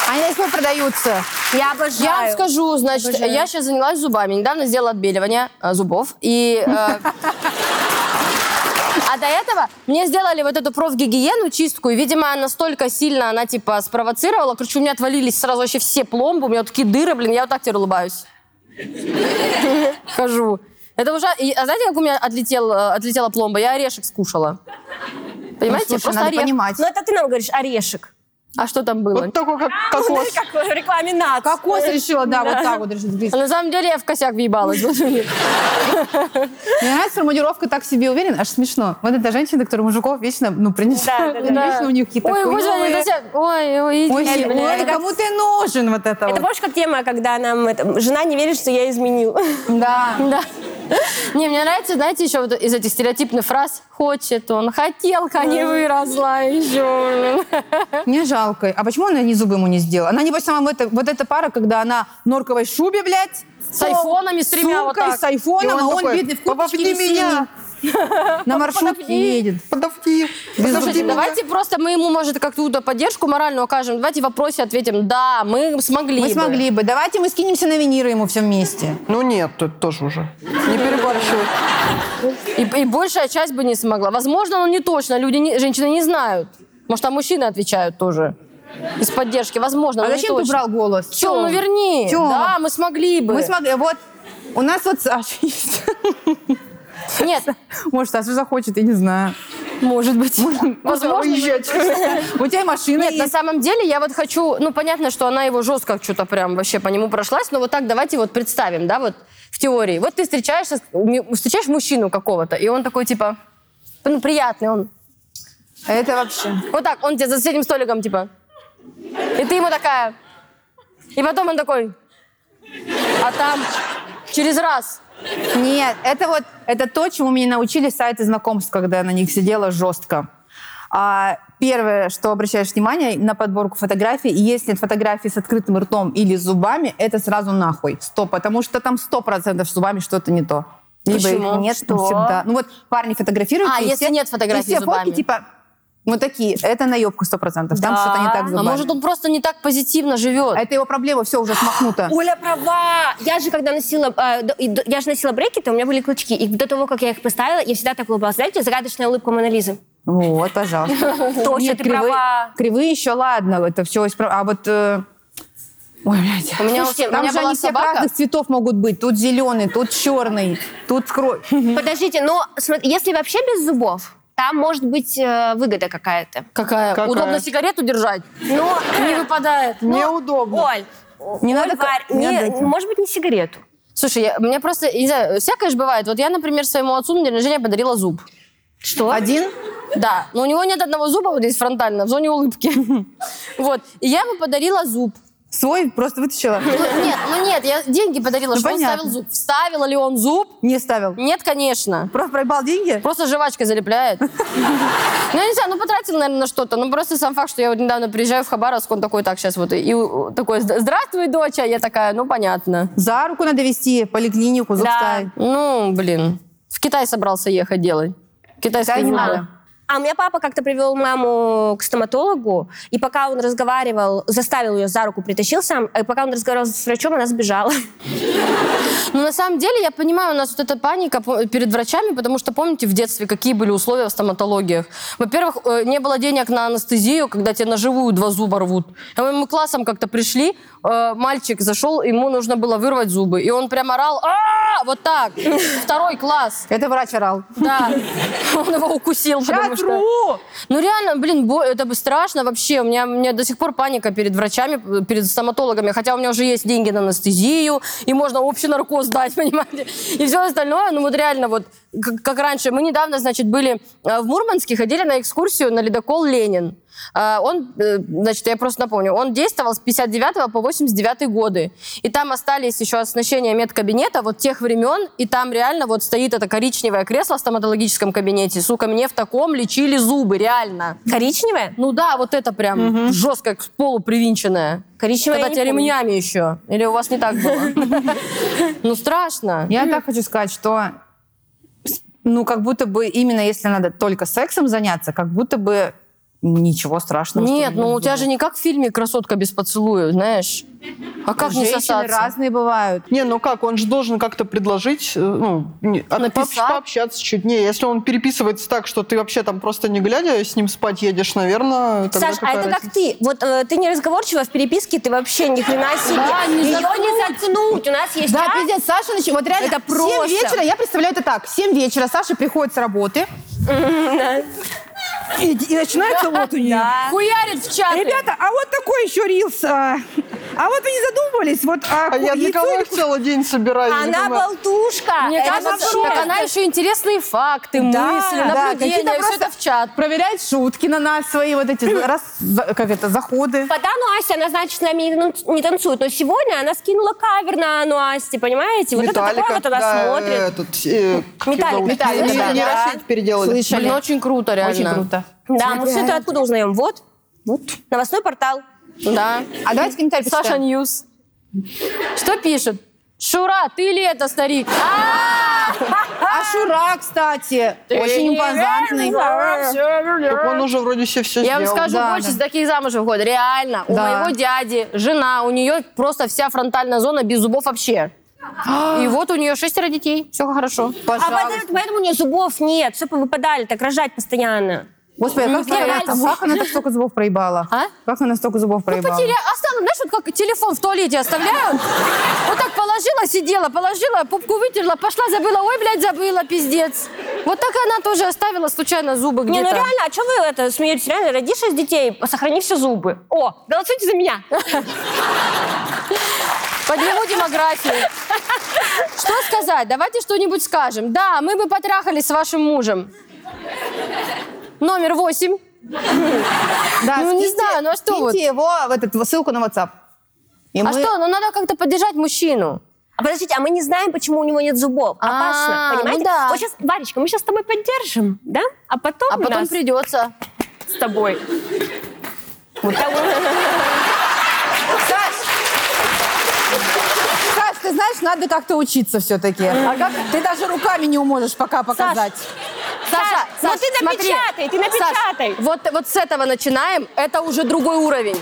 [SPEAKER 2] Они до сих пор продаются.
[SPEAKER 3] Я обожаю.
[SPEAKER 1] Я вам скажу, значит,
[SPEAKER 3] Обожаю.
[SPEAKER 1] я сейчас занялась зубами. Недавно сделала отбеливание э, зубов. И... э, А до этого мне сделали вот эту профгигиену, чистку, и, видимо, настолько сильно она, типа, спровоцировала. Короче, у меня отвалились сразу вообще все пломбы, у меня вот такие дыры, блин, я вот так теперь улыбаюсь. Хожу. Это уже... и, а знаете, как у меня отлетел, э, отлетела пломба? Я орешек скушала. Понимаете?
[SPEAKER 2] слушай,
[SPEAKER 1] Просто
[SPEAKER 2] надо
[SPEAKER 1] орех.
[SPEAKER 2] понимать.
[SPEAKER 3] Ну, это ты нам говоришь орешек. Ну,
[SPEAKER 1] А что там было?
[SPEAKER 4] Вот такой, как кокос.
[SPEAKER 3] Как в рекламе НАЦ.
[SPEAKER 2] Кокос решила, да, вот так вот решить.
[SPEAKER 1] А на самом деле я в косяк въебалась. Вот у меня.
[SPEAKER 2] Мне нравится формулировка «так себе уверен», аж смешно. Вот эта женщина, которая мужиков вечно, ну, принесет.
[SPEAKER 3] Да, да, да.
[SPEAKER 2] Вечно у них какие-то
[SPEAKER 1] Ой,
[SPEAKER 2] хуёвые-
[SPEAKER 1] боже, они это все- Ой, ой,
[SPEAKER 2] Ой,
[SPEAKER 1] иди,
[SPEAKER 2] ой,
[SPEAKER 1] блядь.
[SPEAKER 2] это кому ты нужен вот это
[SPEAKER 3] Это
[SPEAKER 2] вот?
[SPEAKER 3] помнишь, как тема, когда нам это, жена не верит, что я изменил.
[SPEAKER 2] Да.
[SPEAKER 1] Да. Не, мне нравится, знаете, еще вот из этих стереотипных фраз «хочет он», «хотелка не выросла еще».
[SPEAKER 2] Мне жалко. А почему она ни зубы ему не сделала? Она, небось, сама в это- вот эта пара, когда она в норковой шубе, блядь.
[SPEAKER 1] С айфонами, с тремя вот
[SPEAKER 2] сумкой,
[SPEAKER 1] так.
[SPEAKER 2] с айфоном,
[SPEAKER 4] И
[SPEAKER 2] а
[SPEAKER 4] он
[SPEAKER 2] он,
[SPEAKER 4] такой,
[SPEAKER 2] бедный, в курточке
[SPEAKER 4] «Подопни меня!»
[SPEAKER 2] весенней. На маршрутке едет.
[SPEAKER 4] Подавки. подавки
[SPEAKER 1] Ну, Слушайте,
[SPEAKER 4] меня.
[SPEAKER 1] давайте просто мы ему, может, как-то поддержку моральную окажем. Давайте в вопросе ответим «да, мы смогли
[SPEAKER 2] Мы
[SPEAKER 1] бы».
[SPEAKER 2] смогли бы. Давайте мы скинемся на виниры ему все вместе. А
[SPEAKER 4] Ну нет, это тоже уже. Не перебарщивай.
[SPEAKER 1] И, и большая часть бы не смогла. Возможно, но не точно. Люди, не- женщины не знают. Может, а мужчины отвечают тоже из поддержки. Возможно,
[SPEAKER 2] А
[SPEAKER 1] но не
[SPEAKER 2] зачем ты
[SPEAKER 1] точно.
[SPEAKER 2] брал голос?
[SPEAKER 1] Тём, ну верни.
[SPEAKER 2] Тёма.
[SPEAKER 1] Да, мы смогли бы.
[SPEAKER 2] Мы смогли. А Вот у нас вот Саша есть.
[SPEAKER 1] Нет,
[SPEAKER 2] Может, Саша захочет, я не знаю.
[SPEAKER 1] может быть. Возможно,
[SPEAKER 2] Уезжать. У тебя и машина
[SPEAKER 1] Нет, на
[SPEAKER 2] есть.
[SPEAKER 1] самом деле я вот хочу, ну понятно, что она его жестко что-то прям вообще по нему прошлась, но вот так давайте вот представим, да, вот в теории. Вот ты встречаешься, с- ми- встречаешь мужчину какого-то, и он такой типа, ну приятный он.
[SPEAKER 2] Это вообще.
[SPEAKER 1] Вот так, он тебе за соседним столиком типа. И ты ему такая. И потом он такой. А там через раз.
[SPEAKER 2] Нет, это вот это то, чему меня научили сайты знакомств, когда я на них сидела жестко. А, первое, что обращаешь внимание на подборку фотографий, и если нет фотографии с открытым ртом или с зубами, это сразу нахуй. Стоп, потому что там сто процентов с зубами что-то не то. Либо
[SPEAKER 1] Почему?
[SPEAKER 2] их нет там
[SPEAKER 1] Что?
[SPEAKER 2] всегда. Ну вот парни фотографируют.
[SPEAKER 1] А,
[SPEAKER 2] и
[SPEAKER 1] если
[SPEAKER 2] все-
[SPEAKER 1] нет фотографий
[SPEAKER 2] и все
[SPEAKER 1] с зубами?
[SPEAKER 2] фотки типа вот такие. Это наебка сто процентов. Там
[SPEAKER 3] Да.
[SPEAKER 2] что-то не так с
[SPEAKER 1] А
[SPEAKER 2] зубами.
[SPEAKER 1] может он просто не так позитивно живет.
[SPEAKER 2] Это его проблема, все уже смахнуто.
[SPEAKER 3] Оля права! Я же когда носила, э, до- и до- я же носила брекеты, у меня были клычки. И до того, как я их поставила, я всегда так улыбалась. Знаете, загадочная улыбка Монолизы.
[SPEAKER 2] Вот, пожалуйста.
[SPEAKER 3] Точно,
[SPEAKER 2] Нет,
[SPEAKER 3] ты
[SPEAKER 2] кривые,
[SPEAKER 3] права.
[SPEAKER 2] кривые еще ладно, это все А вот... э, Ой, блядь.
[SPEAKER 1] У меня, у
[SPEAKER 3] Слушайте,
[SPEAKER 1] меня
[SPEAKER 2] Там же
[SPEAKER 1] была
[SPEAKER 2] они всех
[SPEAKER 1] собака.
[SPEAKER 2] разных цветов могут быть. Тут зеленый, тут черный, тут кровь.
[SPEAKER 3] Подождите, но смотри, если вообще без зубов, там может быть э, выгода какая-то.
[SPEAKER 1] Какая?
[SPEAKER 4] Какая?
[SPEAKER 1] Удобно сигарету держать?
[SPEAKER 3] Но
[SPEAKER 1] Не выпадает.
[SPEAKER 3] Ну,
[SPEAKER 4] Неудобно.
[SPEAKER 3] Оль,
[SPEAKER 2] Не
[SPEAKER 3] Оль,
[SPEAKER 2] надо ко-
[SPEAKER 3] Варь,
[SPEAKER 2] не
[SPEAKER 3] не-
[SPEAKER 2] надо этим.
[SPEAKER 3] может быть, не сигарету.
[SPEAKER 1] Слушай, я- мне просто, не знаю, всякое же бывает. Вот я, например, своему отцу на день рождения подарила зуб.
[SPEAKER 3] Что?
[SPEAKER 1] А
[SPEAKER 2] Один?
[SPEAKER 1] Да, но у него нет одного зуба вот здесь фронтально, в зоне улыбки. Вот, и я ему подарила зуб.
[SPEAKER 2] Свой просто вытащила.
[SPEAKER 1] Ну, Нет, ну нет, я деньги подарила,
[SPEAKER 2] Ну,
[SPEAKER 1] что он
[SPEAKER 2] понятно.
[SPEAKER 1] вставил зуб. Вставил ли он зуб?
[SPEAKER 2] Не ставил.
[SPEAKER 1] Нет, конечно.
[SPEAKER 2] Просто проебал деньги?
[SPEAKER 1] Просто жвачкой залепляет. Ну, я не знаю, ну, потратил, наверное, на что-то. Ну, просто сам факт, что я вот недавно приезжаю в Хабаровск, он такой, так, сейчас вот, и, и у- такой, здравствуй, доча. Я такая, ну, понятно.
[SPEAKER 2] За руку надо вести, поликлинику, зуб
[SPEAKER 3] Да.
[SPEAKER 2] ставить.
[SPEAKER 1] Ну, блин, в Китай собрался ехать делай.
[SPEAKER 2] Да,
[SPEAKER 1] Китайский
[SPEAKER 2] не
[SPEAKER 1] зуб.
[SPEAKER 2] надо.
[SPEAKER 3] А у меня папа как-то привел маму к стоматологу, и пока он разговаривал, заставил ее за руку, притащил сам, и пока он разговаривал с врачом, она сбежала.
[SPEAKER 1] Ну, на самом деле, я понимаю, у нас вот эта паника по- перед врачами, потому что, помните, в детстве какие были условия в стоматологиях? Во-первых, э, не было денег на анестезию, когда тебе на живую два зуба рвут. А Мы мы классом как-то пришли, э, мальчик зашел, ему нужно было вырвать зубы, и он прям орал «А-а-а!» вот так, второй класс,
[SPEAKER 2] Это врач орал.
[SPEAKER 1] да. Он его укусил, потому
[SPEAKER 2] Я
[SPEAKER 1] что...
[SPEAKER 2] тру!
[SPEAKER 1] Ну реально, блин, бо- это бы страшно вообще. У меня, у меня до сих пор паника перед врачами, перед стоматологами. Хотя у меня уже есть деньги на анестезию, и можно общий наркоз дать, понимаете? И все остальное, ну вот реально вот, как, как раньше. Мы недавно, значит, были э, в Мурманске, ходили на экскурсию на ледокол «Ленин». Э, Он, э, значит, я просто напомню, он действовал с 59 по 89 годы. И там остались еще оснащения медкабинета вот тех времен, и там реально вот стоит это коричневое кресло в стоматологическом кабинете. Сука, мне в таком лечили зубы, реально.
[SPEAKER 3] Коричневая?
[SPEAKER 1] Ну да, вот это прям жестко к полу привинченное.
[SPEAKER 3] Коричневая
[SPEAKER 1] Когда
[SPEAKER 3] я не
[SPEAKER 1] тебя
[SPEAKER 3] помню.
[SPEAKER 1] ремнями еще. Или у вас не так было? Ну страшно.
[SPEAKER 2] Я так хочу сказать, что ну, как будто бы именно если надо только сексом заняться, как будто бы ничего страшного. что
[SPEAKER 1] Нет,
[SPEAKER 2] ли,
[SPEAKER 1] ну у тебя
[SPEAKER 2] было.
[SPEAKER 1] же не как в фильме «Красотка без поцелуя», знаешь. А как не
[SPEAKER 2] Женщины
[SPEAKER 1] сосаться?
[SPEAKER 2] разные бывают.
[SPEAKER 4] Не, ну как, он же должен как-то предложить, э, ну, не- от-
[SPEAKER 1] Написать?
[SPEAKER 4] пообщ- пообщаться чуть. Не, если он переписывается так, что ты вообще там просто не глядя с ним спать едешь, наверное, тогда
[SPEAKER 3] Саш, а это
[SPEAKER 4] какая
[SPEAKER 3] как ты? Вот э, ты не разговорчива в переписке, ты вообще ни хрена себе.
[SPEAKER 1] Да, не
[SPEAKER 3] Ее
[SPEAKER 1] заткнуть.
[SPEAKER 3] не заткнуть. У нас есть
[SPEAKER 2] Да,
[SPEAKER 3] час.
[SPEAKER 2] пиздец, Саша, нач- вот реально,
[SPEAKER 3] Это
[SPEAKER 2] это
[SPEAKER 3] просто.
[SPEAKER 2] 7 вечера, я представляю это так, 7 вечера Саша приходит с работы,
[SPEAKER 5] И, и начинается вот у нее.
[SPEAKER 1] Хуярит в чате.
[SPEAKER 5] Ребята, а вот такой еще рилс. А, а вот вы не задумывались, вот а,
[SPEAKER 4] А я
[SPEAKER 5] яйцо
[SPEAKER 4] для кого
[SPEAKER 5] или
[SPEAKER 4] их целый день собираю? Я
[SPEAKER 3] Она
[SPEAKER 4] думаю,
[SPEAKER 3] болтушка.
[SPEAKER 2] А
[SPEAKER 1] Мне
[SPEAKER 3] Это
[SPEAKER 1] кажется,
[SPEAKER 3] вообще-
[SPEAKER 1] так она еще интересные факты,
[SPEAKER 5] Да,
[SPEAKER 1] мысли,
[SPEAKER 5] да,
[SPEAKER 1] наблюдения,
[SPEAKER 2] какие-то
[SPEAKER 1] все
[SPEAKER 2] просто-
[SPEAKER 1] это в чат.
[SPEAKER 2] проверяет шутки на нас, свои вот эти, раз, за- как это, заходы.
[SPEAKER 3] Потану Ася, она, значит, с нами не тан- не танцует. Но сегодня она скинула кавер на Ану Асти, понимаете? Вот это такое вот она
[SPEAKER 4] да,
[SPEAKER 3] смотрит.
[SPEAKER 4] Этот, э, как его
[SPEAKER 3] Металлик,
[SPEAKER 4] зовут?
[SPEAKER 2] Металлик,
[SPEAKER 4] Не-
[SPEAKER 2] да.
[SPEAKER 4] не Россию переделали.
[SPEAKER 3] а-
[SPEAKER 1] Блин, очень круто, реально.
[SPEAKER 2] Очень круто.
[SPEAKER 3] Да, мы все это откуда узнаем? Вот. Вот. Новостной портал.
[SPEAKER 1] Да.
[SPEAKER 2] А давайте комментарий
[SPEAKER 1] Саша
[SPEAKER 2] почитаем.
[SPEAKER 1] Ньюс. Что пишет? Шура, ты ли это, старик?
[SPEAKER 2] А Шура, кстати, очень импозантный.
[SPEAKER 4] Так он уже вроде все все
[SPEAKER 1] Я
[SPEAKER 4] сделал.
[SPEAKER 1] вам скажу
[SPEAKER 2] да,
[SPEAKER 1] больше, таких замуж выходит. Реально. У
[SPEAKER 2] Да.
[SPEAKER 1] моего дяди жена, у нее просто вся фронтальная зона без зубов вообще. И вот у нее шестеро детей. Все хорошо.
[SPEAKER 3] А поэтому, поэтому у нее зубов нет, все повыпадали, так рожать постоянно.
[SPEAKER 2] Господи, а как,
[SPEAKER 3] Николай,
[SPEAKER 2] она-
[SPEAKER 3] ты-
[SPEAKER 2] как она так столько зубов проебала?
[SPEAKER 1] А?
[SPEAKER 2] Как она столько зубов
[SPEAKER 1] Ну,
[SPEAKER 2] проебала?
[SPEAKER 1] потеря... Остану, знаешь, вот как телефон в туалете оставляют. Вот так положила, сидела, положила, пупку вытерла, пошла, забыла. Ой, блядь, забыла, пиздец. Вот так она тоже оставила случайно зубы
[SPEAKER 3] Не, ну
[SPEAKER 1] где-то.
[SPEAKER 3] реально, а что вы это смеетесь? Реально, роди шесть детей, сохрани все зубы. О, голосуйте за меня.
[SPEAKER 1] Подниму демографию. Что сказать? Давайте что-нибудь скажем. Да, мы бы потрахались с вашим мужем. Номер восемь.
[SPEAKER 2] Да,
[SPEAKER 1] Ну, не
[SPEAKER 2] скиньте-
[SPEAKER 1] знаю, ну, а что вот?
[SPEAKER 2] скиньте его в этот, в ссылку на WhatsApp. И
[SPEAKER 1] А
[SPEAKER 2] мы-
[SPEAKER 1] что, ну надо как-то поддержать мужчину.
[SPEAKER 3] А подождите, а мы не знаем, почему у него нет зубов.
[SPEAKER 1] А,
[SPEAKER 3] Опасно,
[SPEAKER 1] ну
[SPEAKER 3] понимаете?
[SPEAKER 1] да.
[SPEAKER 3] Вот сейчас, Варечка, мы сейчас с тобой поддержим, да? А потом,
[SPEAKER 1] А потом
[SPEAKER 3] нас
[SPEAKER 1] придется.
[SPEAKER 3] с тобой.
[SPEAKER 2] Саш! Саш, ты знаешь, надо как-то учиться все-таки. А как? Ты даже руками не уможешь пока показать.
[SPEAKER 1] Саша,
[SPEAKER 3] ну
[SPEAKER 1] Саш,
[SPEAKER 3] ты
[SPEAKER 1] смотри.
[SPEAKER 3] напечатай, ты
[SPEAKER 1] Саш,
[SPEAKER 3] напечатай.
[SPEAKER 1] вот, вот с этого начинаем, это уже другой уровень.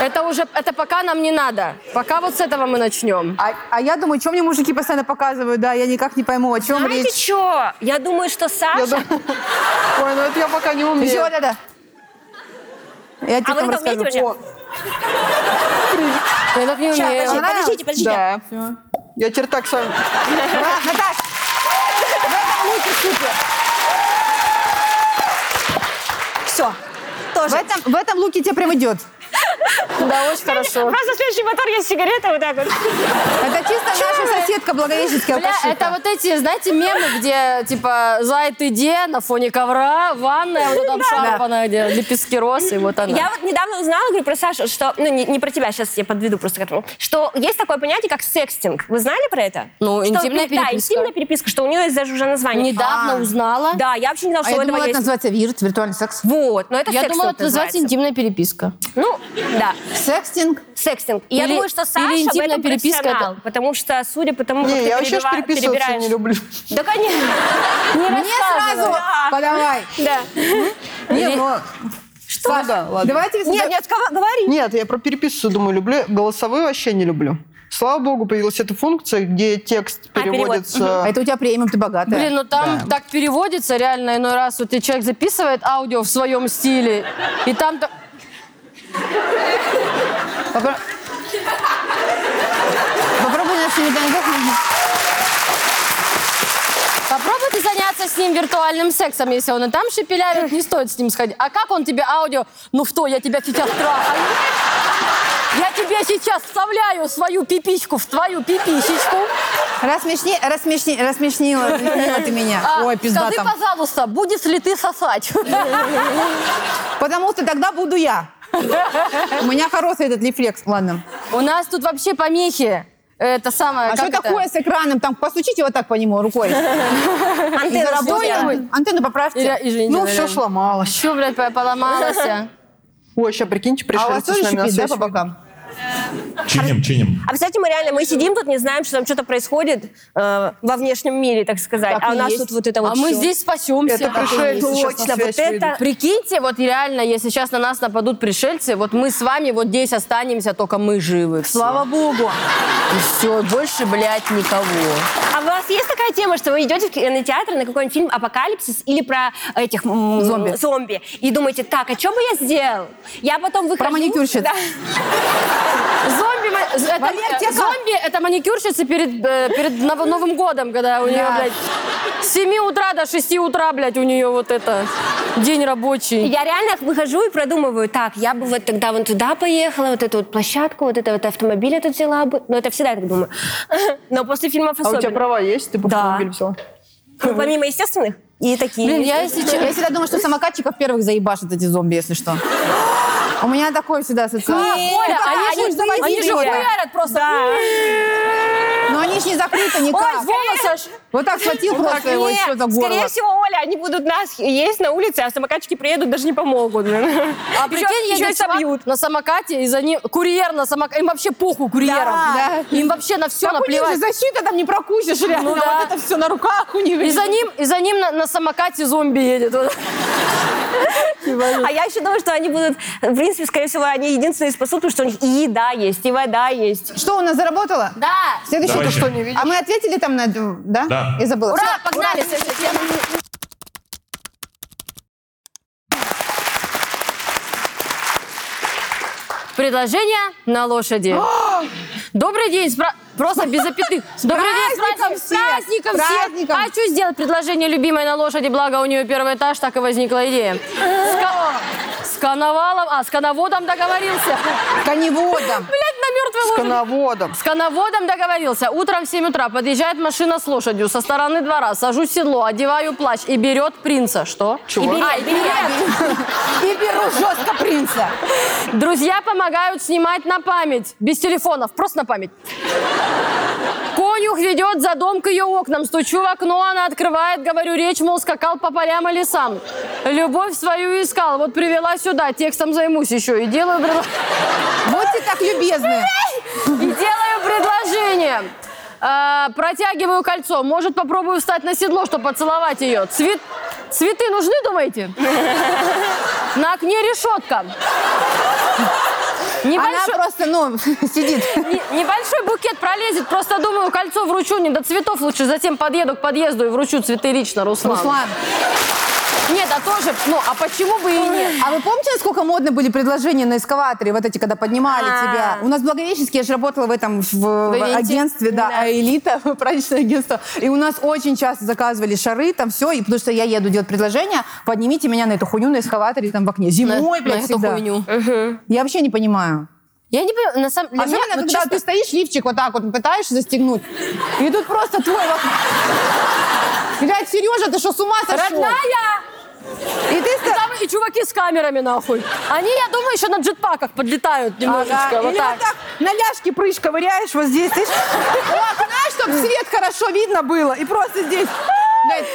[SPEAKER 1] Это уже, это пока нам не надо. Пока вот с этого мы начнем.
[SPEAKER 5] А, а я думаю, что мне мужики постоянно показывают, да, я никак не пойму, о чем
[SPEAKER 3] Знаете
[SPEAKER 5] речь.
[SPEAKER 3] что? Я думаю, что
[SPEAKER 4] Я
[SPEAKER 3] Саша...
[SPEAKER 4] думаю, Ой, ну это я пока не умею.
[SPEAKER 5] Еще вот это. Я тебе
[SPEAKER 3] А вы
[SPEAKER 5] потом
[SPEAKER 3] это умеете
[SPEAKER 5] расскажу.
[SPEAKER 3] вообще?
[SPEAKER 5] О,
[SPEAKER 1] Я так не
[SPEAKER 3] Ща,
[SPEAKER 1] умею.
[SPEAKER 3] подожди, подождите, подождите.
[SPEAKER 4] Да. Я теперь так сам...
[SPEAKER 5] Ура, Наташ! В этом лучше супер.
[SPEAKER 3] Все.
[SPEAKER 2] В
[SPEAKER 3] Тоже.
[SPEAKER 2] этом, в этом луке тебе прям идет.
[SPEAKER 1] Да, очень хорошо.
[SPEAKER 3] Просто следующий мотор есть сигарета вот так вот.
[SPEAKER 2] Это чисто наша соседка благовещенская
[SPEAKER 1] Бля,
[SPEAKER 2] пошивка.
[SPEAKER 1] это вот эти, знаете, мемы, где, типа, Зай, ты где? На фоне ковра, ванная, вот там шарпаная, где лепестки роз, и вот она.
[SPEAKER 3] Я вот недавно узнала, говорю, про Сашу, что... Ну, не, не про тебя, сейчас я подведу просто к этому. Что есть такое понятие, как секстинг. Вы знали про это?
[SPEAKER 1] Ну,
[SPEAKER 3] Что-
[SPEAKER 1] интимная
[SPEAKER 3] Да,
[SPEAKER 1] переписка.
[SPEAKER 3] интимная переписка, что у нее есть даже уже название.
[SPEAKER 1] Недавно узнала.
[SPEAKER 3] А. Да, я вообще не знала,
[SPEAKER 2] А
[SPEAKER 3] что у
[SPEAKER 2] я
[SPEAKER 3] этого
[SPEAKER 2] думала, это
[SPEAKER 3] есть.
[SPEAKER 2] называется вирт, виртуальный секс.
[SPEAKER 3] Вот, но это
[SPEAKER 1] Я
[SPEAKER 3] секстинг
[SPEAKER 1] думала, это называется интимная переписка.
[SPEAKER 3] Ну, да,
[SPEAKER 2] Секстинг.
[SPEAKER 3] секстинг. И я
[SPEAKER 1] Или-
[SPEAKER 3] думаю, что
[SPEAKER 1] или
[SPEAKER 3] Саша в
[SPEAKER 1] интимная
[SPEAKER 3] этом
[SPEAKER 1] переписка это-
[SPEAKER 3] профессионал, потому что, судя по тому, как
[SPEAKER 4] Не,
[SPEAKER 3] ты
[SPEAKER 4] я вообще ж
[SPEAKER 3] перебива-
[SPEAKER 4] переписываться
[SPEAKER 3] перебираешь...
[SPEAKER 4] не люблю.
[SPEAKER 3] Да, конечно. Не
[SPEAKER 2] Мне сразу подавай.
[SPEAKER 3] Да.
[SPEAKER 2] Не, ну,
[SPEAKER 4] Что? да, ладно.
[SPEAKER 2] давайте...
[SPEAKER 3] Нет, нет, кого- говори.
[SPEAKER 4] Нет, я про переписку думаю, люблю. Голосовые вообще не люблю. Слава богу, появилась эта функция, где текст
[SPEAKER 3] А, перевод.
[SPEAKER 4] переводится...
[SPEAKER 2] А это у тебя премиум, ты богатая.
[SPEAKER 1] Блин, ну там так переводится реально иной раз. Вот и человек записывает аудио в своем стиле, и там... так-
[SPEAKER 2] Попро- Попробуй нас не дать.
[SPEAKER 1] Попробуйте заняться с ним виртуальным сексом, если он и там шепелявит, не стоит с ним сходить. А как он тебе аудио? Ну что, я тебя сейчас трахаю. Я тебе сейчас вставляю свою пипичку в твою пипичечку.
[SPEAKER 2] Рассмешни, рассмешни, рассмешнила рассмешнила ты меня.
[SPEAKER 1] А,
[SPEAKER 2] Ой, пизда
[SPEAKER 1] Скажи,
[SPEAKER 2] там.
[SPEAKER 1] пожалуйста, будет ли ты сосать?
[SPEAKER 2] Потому что тогда буду я. У меня хороший этот рефлекс. Ладно.
[SPEAKER 1] У нас тут вообще помехи. Это самое.
[SPEAKER 2] А
[SPEAKER 1] как
[SPEAKER 2] что
[SPEAKER 1] это?
[SPEAKER 2] такое с экраном? Там постучите вот так по нему рукой.
[SPEAKER 3] Антенна
[SPEAKER 2] Работаем.
[SPEAKER 3] сбоя.
[SPEAKER 2] Антенну поправьте.
[SPEAKER 1] Иля- извините,
[SPEAKER 4] Ну,
[SPEAKER 1] Валерий.
[SPEAKER 4] все сломалось.
[SPEAKER 1] Чё, блядь, по- поломалась? а?
[SPEAKER 4] Ой, сейчас, прикиньте,
[SPEAKER 2] А у вас
[SPEAKER 4] пришельцы
[SPEAKER 2] тоже
[SPEAKER 4] с нами на
[SPEAKER 2] шипит, да,
[SPEAKER 4] связь.
[SPEAKER 2] по бокам?
[SPEAKER 6] Чиним, чиним.
[SPEAKER 3] А представьте, мы реально, мы сидим тут, не знаем, что там что-то происходит э, во внешнем мире, так сказать.
[SPEAKER 1] Так
[SPEAKER 3] а у
[SPEAKER 1] и
[SPEAKER 3] нас
[SPEAKER 1] есть.
[SPEAKER 3] тут вот это вот
[SPEAKER 1] а мы
[SPEAKER 3] всё.
[SPEAKER 1] здесь спасемся.
[SPEAKER 4] Это пришельцы сейчас на
[SPEAKER 3] Точно, вот
[SPEAKER 4] связь выйдут.
[SPEAKER 1] А,
[SPEAKER 3] это...
[SPEAKER 1] Прикиньте, вот реально, если сейчас на нас нападут пришельцы, вот мы с вами вот здесь останемся, только мы живы. все.
[SPEAKER 2] Слава богу.
[SPEAKER 1] И все, больше, блядь, никого.
[SPEAKER 3] А у вас есть такая тема, что вы идете в кинотеатр на какой-нибудь фильм «Апокалипсис» или про этих м,
[SPEAKER 1] Зомби.
[SPEAKER 3] зомби и думаете, так, а что бы я сделал? Я потом выхожу...
[SPEAKER 2] маникюрщиц.
[SPEAKER 3] Да.
[SPEAKER 1] Зомби, ма- з- это,
[SPEAKER 2] Валер,
[SPEAKER 1] э,
[SPEAKER 2] тебе как?
[SPEAKER 1] зомби это маникюрщицы перед, э, перед Нов- Новым годом, когда у нее,
[SPEAKER 2] Да.
[SPEAKER 1] блядь, с 7 утра до 6 утра, блядь, у нее вот это день рабочий.
[SPEAKER 3] Я реально выхожу и продумываю, так, я бы вот тогда вон туда поехала, вот эту вот площадку, вот это вот автомобиль этот взяла бы. Ну, это всегда я так думаю. Но после фильмов
[SPEAKER 4] А у тебя
[SPEAKER 3] особенно.
[SPEAKER 4] права есть? Ты бы
[SPEAKER 3] Да.
[SPEAKER 4] автомобиль взяла?
[SPEAKER 3] Ну, Помимо естественных и такие.
[SPEAKER 1] Блин, я если честно,
[SPEAKER 2] Я всегда думаю, что самокатчиков первых заебашат эти зомби, если что. У меня такое всегда ассоциация.
[SPEAKER 3] Нет,
[SPEAKER 1] Оля,
[SPEAKER 3] пока
[SPEAKER 1] они же-
[SPEAKER 3] заводили
[SPEAKER 1] они же
[SPEAKER 3] меня.
[SPEAKER 1] хуярят просто.
[SPEAKER 3] Да.
[SPEAKER 2] Но они ж не закрыты
[SPEAKER 1] Ой,
[SPEAKER 2] никак.
[SPEAKER 1] волосы ж-
[SPEAKER 2] Вот так схватил просто его
[SPEAKER 3] Нет,
[SPEAKER 2] еще за
[SPEAKER 3] Скорее
[SPEAKER 2] горло.
[SPEAKER 3] всего, Оля, они будут нас есть на улице, а самокатчики приедут, даже не помогут.
[SPEAKER 1] А
[SPEAKER 3] А
[SPEAKER 1] прикинь, едет чувак на самокате, и за ним курьер на самокате. Им вообще похуй курьерам.
[SPEAKER 2] Да.
[SPEAKER 1] Им вообще на все
[SPEAKER 2] Так у них же
[SPEAKER 1] наплевать.
[SPEAKER 2] защита, там не прокусишь реально.
[SPEAKER 1] Ну да.
[SPEAKER 2] Вот это все на руках у них.
[SPEAKER 1] И за ним, и за ним на, на самокате зомби едет. Вот.
[SPEAKER 3] А я еще думаю, что они будут, в принципе, скорее всего, они единственные спасут, потому что у них и еда есть, и вода есть.
[SPEAKER 2] Что, у нас заработало?
[SPEAKER 1] Да.
[SPEAKER 2] Следующий вопрос.
[SPEAKER 6] Давайте.
[SPEAKER 2] А мы ответили там на... Да?
[SPEAKER 6] Да.
[SPEAKER 2] Я забыла.
[SPEAKER 1] Ура,
[SPEAKER 2] Всё,
[SPEAKER 1] погнали. Предложение на лошади.
[SPEAKER 2] А!
[SPEAKER 1] Добрый день, спра- просто без запятых. Добрый день,
[SPEAKER 2] праздником
[SPEAKER 1] с праздником, с
[SPEAKER 2] всех!
[SPEAKER 1] праздником всех!
[SPEAKER 2] Праздником!
[SPEAKER 1] А что сделать предложение любимой на лошади, благо у нее первый этаж, так и возникла идея. С, ко- с коновалом, а, с коноводом договорился.
[SPEAKER 2] Коневодом.
[SPEAKER 1] Блять, на мертвой
[SPEAKER 4] С
[SPEAKER 1] лошади.
[SPEAKER 4] коноводом.
[SPEAKER 1] С коноводом договорился. Утром в 7 утра подъезжает машина с лошадью со стороны двора. Сажусь в седло, одеваю плащ и берет принца. Что?
[SPEAKER 4] Чего?
[SPEAKER 1] И берет. А, и берет.
[SPEAKER 2] И беру жестко принца.
[SPEAKER 1] Друзья помогают снимать на память. Без телефонов, просто на память. Конюх ведет за дом к ее окнам. Стучу в окно, она открывает, говорю, речь, мол, скакал по полям и лесам. Любовь свою искал, вот привела сюда, текстом займусь еще. И делаю, предла-
[SPEAKER 2] Вот ты так любезны.
[SPEAKER 1] и делаю предложение. Э, протягиваю кольцо. Может, попробую встать на седло, чтобы поцеловать ее. Цвет... Цветы нужны, думаете? На окне решетка.
[SPEAKER 2] Она
[SPEAKER 1] Небольшой,
[SPEAKER 2] просто, ну, сидит.
[SPEAKER 1] не- небольшой букет пролезет. Просто думаю, кольцо вручу не до цветов лучше. Затем подъеду к подъезду и вручу цветы лично, Руслан.
[SPEAKER 2] Руслан,
[SPEAKER 1] Нет, а тоже, ну, а почему бы и нет?
[SPEAKER 2] а вы помните, насколько модны были предложения на эскаваторе, вот эти, когда поднимали
[SPEAKER 3] А.
[SPEAKER 2] тебя? У нас в Благовещенске, я же работала в этом, в, в
[SPEAKER 1] ивенте?
[SPEAKER 2] агентстве, да,
[SPEAKER 3] Да.
[SPEAKER 2] а элита, праздничное агентство. И у нас очень часто заказывали шары, там все, и потому что я еду делать предложение, поднимите меня на эту хуйню на эскаваторе, там в окне. Зимой,
[SPEAKER 1] На-
[SPEAKER 2] блядь,
[SPEAKER 1] на эту
[SPEAKER 2] всегда.
[SPEAKER 1] Ну, хуйню.
[SPEAKER 2] Я вообще не понимаю.
[SPEAKER 1] Я не понимаю, на
[SPEAKER 3] А
[SPEAKER 1] самом для меня,
[SPEAKER 2] Особенно,
[SPEAKER 1] вот
[SPEAKER 2] когда
[SPEAKER 1] честно-
[SPEAKER 2] ты стоишь, лифчик вот так вот пытаешься застегнуть, и тут просто твой вот... Блядь, Сережа, ты что, с ума сошел?
[SPEAKER 1] Родная!
[SPEAKER 2] И ты
[SPEAKER 1] И Ну, там и чуваки с камерами, нахуй. Они, я думаю, еще на джетпаках подлетают немножечко.
[SPEAKER 2] Ага.
[SPEAKER 1] Вот
[SPEAKER 2] Или
[SPEAKER 1] так.
[SPEAKER 2] вот так на ляжке прыж ковыряешь вот здесь. Ты ж- У окна, чтобы свет хорошо видно было. И просто здесь. Блядь,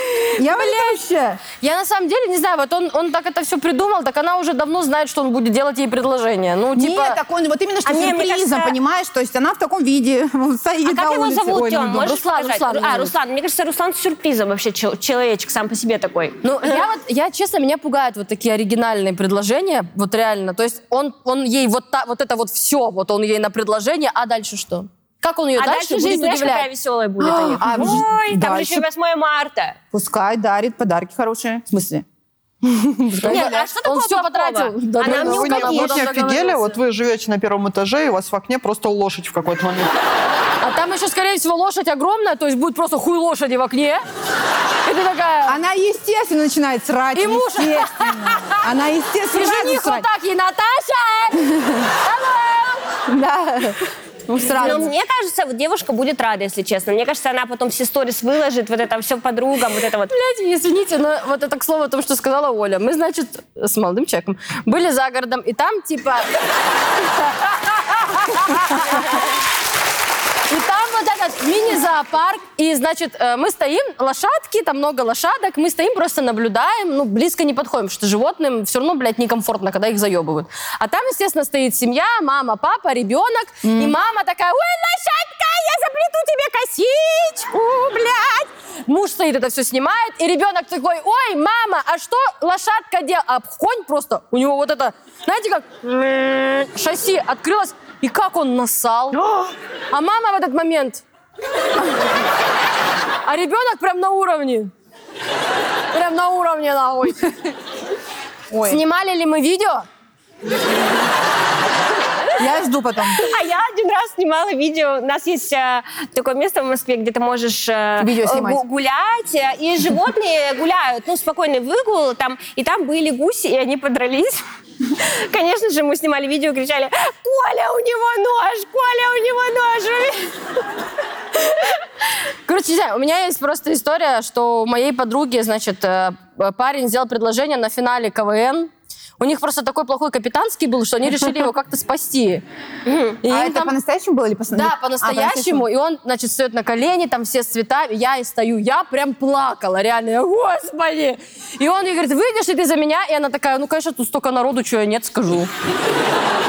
[SPEAKER 2] Я вообще.
[SPEAKER 1] Я на самом деле не знаю, вот он, он так это все придумал, так она уже давно знает, что он будет делать ей предложение. Ну, типа...
[SPEAKER 2] Нет, так он вот именно что
[SPEAKER 3] А не, мне
[SPEAKER 2] сюрпризом,
[SPEAKER 3] кажется-
[SPEAKER 2] понимаешь? То есть она в таком виде вот стоит
[SPEAKER 3] А
[SPEAKER 2] на
[SPEAKER 3] как его
[SPEAKER 2] улице. Ой,
[SPEAKER 3] зовут,
[SPEAKER 2] ну,
[SPEAKER 3] Тём?
[SPEAKER 2] добро.
[SPEAKER 3] Можешь
[SPEAKER 1] Руслан,
[SPEAKER 3] сказать?
[SPEAKER 1] Руслан его
[SPEAKER 3] А,
[SPEAKER 1] зовут.
[SPEAKER 3] Руслан. Мне кажется, Руслан с сюрпризом вообще чел- человечек сам по себе такой.
[SPEAKER 1] Ну, я вот, я честно, меня пугают вот такие оригинальные предложения, вот реально. То есть он, он ей вот, та, вот это вот все, вот он ей на предложение, а дальше что? Как он ее
[SPEAKER 3] а
[SPEAKER 1] дальше,
[SPEAKER 3] дальше
[SPEAKER 1] будет
[SPEAKER 3] жизнь, знаешь, какая
[SPEAKER 1] удивлять?
[SPEAKER 3] веселая будет у них.
[SPEAKER 2] А,
[SPEAKER 3] Ой, там же
[SPEAKER 2] дальше.
[SPEAKER 3] еще 8 марта.
[SPEAKER 2] Пускай дарит подарки хорошие. В смысле?
[SPEAKER 3] Нет, а что такого
[SPEAKER 1] Он все
[SPEAKER 3] плохого?
[SPEAKER 1] потратил. Да,
[SPEAKER 3] Она
[SPEAKER 1] ну,
[SPEAKER 2] А
[SPEAKER 3] мне
[SPEAKER 1] ну,
[SPEAKER 4] Вы не,
[SPEAKER 1] она
[SPEAKER 4] вы
[SPEAKER 1] потом
[SPEAKER 4] не офигели?
[SPEAKER 1] договорился.
[SPEAKER 4] Вот вы живете на первом этаже, и у вас в окне просто лошадь в какой-то момент.
[SPEAKER 1] А там еще, скорее всего, лошадь огромная, то есть будет просто хуй лошади в окне. И ты такая...
[SPEAKER 2] Она, естественно, начинает срать.
[SPEAKER 1] И муж.
[SPEAKER 2] естественно. Она,
[SPEAKER 1] И
[SPEAKER 2] естественно, сразу
[SPEAKER 1] жених вот
[SPEAKER 2] срать.
[SPEAKER 1] так ей, Наташа!
[SPEAKER 2] Да. Ну,
[SPEAKER 3] Но
[SPEAKER 2] сразу.
[SPEAKER 3] мне кажется, вот девушка будет рада, если честно. Мне кажется, она потом все сторис выложит, вот это все подругам, вот это вот.
[SPEAKER 1] Блядь, извините, но вот это к слову о том, что сказала Оля. Мы, значит, с молодым человеком были за городом, и там, типа... И там вот этот мини-зоопарк, и, значит, э, мы стоим, лошадки, там много лошадок, мы стоим, просто наблюдаем, ну, близко не подходим, потому что животным все равно, блядь, некомфортно, когда их заебывают. А там, естественно, стоит семья, мама, папа, ребенок, и мама такая, ой, лошадка, я заплету тебе косичку, блядь. Муж стоит, это все снимает, и ребенок такой, ой, мама, а что лошадка делала? А конь просто, у него вот это, знаете, как шасси открылось, и как он насал. А мама в этот момент. А ребенок прям на уровне. Прям на уровне нахуй. Снимали ли мы видео?
[SPEAKER 5] Я жду потом.
[SPEAKER 3] А я один раз снимала видео. У нас есть э, такое место в Москве, где ты можешь э,
[SPEAKER 2] Видео
[SPEAKER 3] э,
[SPEAKER 2] снимать.
[SPEAKER 3] гу- гулять, э, и животные гуляют. Ну, спокойный выгул, там, и там были гуси, и они подрались. Конечно же, мы снимали видео и кричали, Коля, у него нож, Коля, у него нож.
[SPEAKER 1] Короче, не знаю, у меня есть просто история, что у моей подруги, значит, э, парень сделал предложение на финале КВН. У них просто такой плохой капитанский был, что они решили его как-то спасти. И
[SPEAKER 2] А
[SPEAKER 1] им
[SPEAKER 2] это
[SPEAKER 1] там-
[SPEAKER 2] по-настоящему было или по
[SPEAKER 3] А,
[SPEAKER 2] А,
[SPEAKER 1] Да, по-настоящему. и он, значит, стоит на колени, там все с цветами. Я и стою. Я прям плакала, реально. Я, Господи! И он ей говорит, выйдешь ли ты за меня? И она такая, ну, конечно, тут столько народу, что я нет скажу.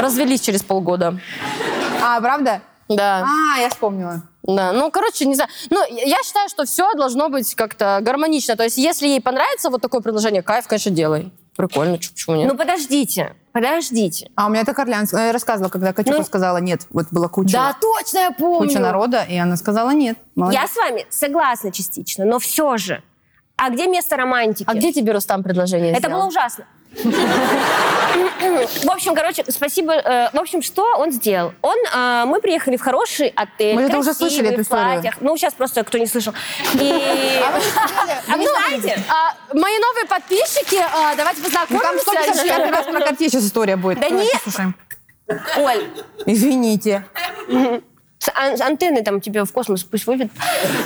[SPEAKER 1] Развелись через полгода.
[SPEAKER 2] А, правда?
[SPEAKER 1] Да.
[SPEAKER 2] А, я вспомнила.
[SPEAKER 1] Да, ну, короче, не знаю. Ну, я- я считаю, что все должно быть как-то гармонично. То есть, если ей понравится вот такое предложение, кайф, конечно, делай. Прикольно, чё- почему нет?
[SPEAKER 3] Ну, подождите, подождите.
[SPEAKER 2] А у меня это Корлянская. Я рассказывала, когда Катюха
[SPEAKER 3] Ну.
[SPEAKER 2] сказала нет. Вот была куча,
[SPEAKER 1] да, точно, я помню.
[SPEAKER 2] куча народа, и она сказала нет. Молодец.
[SPEAKER 3] Я с вами согласна частично, но все же. А где место романтики?
[SPEAKER 1] А где тебе, Рустам, предложение
[SPEAKER 3] Это
[SPEAKER 1] сделал?
[SPEAKER 3] было ужасно. В общем, короче, спасибо. э, В общем, что он сделал? Он, э, мы приехали в хороший отель.
[SPEAKER 2] Мы это уже
[SPEAKER 3] красивый,
[SPEAKER 2] слышали, эту
[SPEAKER 3] в платьях. Ну, сейчас просто кто не слышал. И... А вы знаете?
[SPEAKER 1] А, мои новые подписчики, а, давайте
[SPEAKER 2] Ну,
[SPEAKER 1] познакомимся.
[SPEAKER 2] там 155 раз про Катье сейчас история будет.
[SPEAKER 3] Да
[SPEAKER 2] Давайте
[SPEAKER 3] нет.
[SPEAKER 2] слушаем.
[SPEAKER 3] Оль,
[SPEAKER 2] Извините.
[SPEAKER 3] с ан- с антенны там тебе в космос пусть выведут.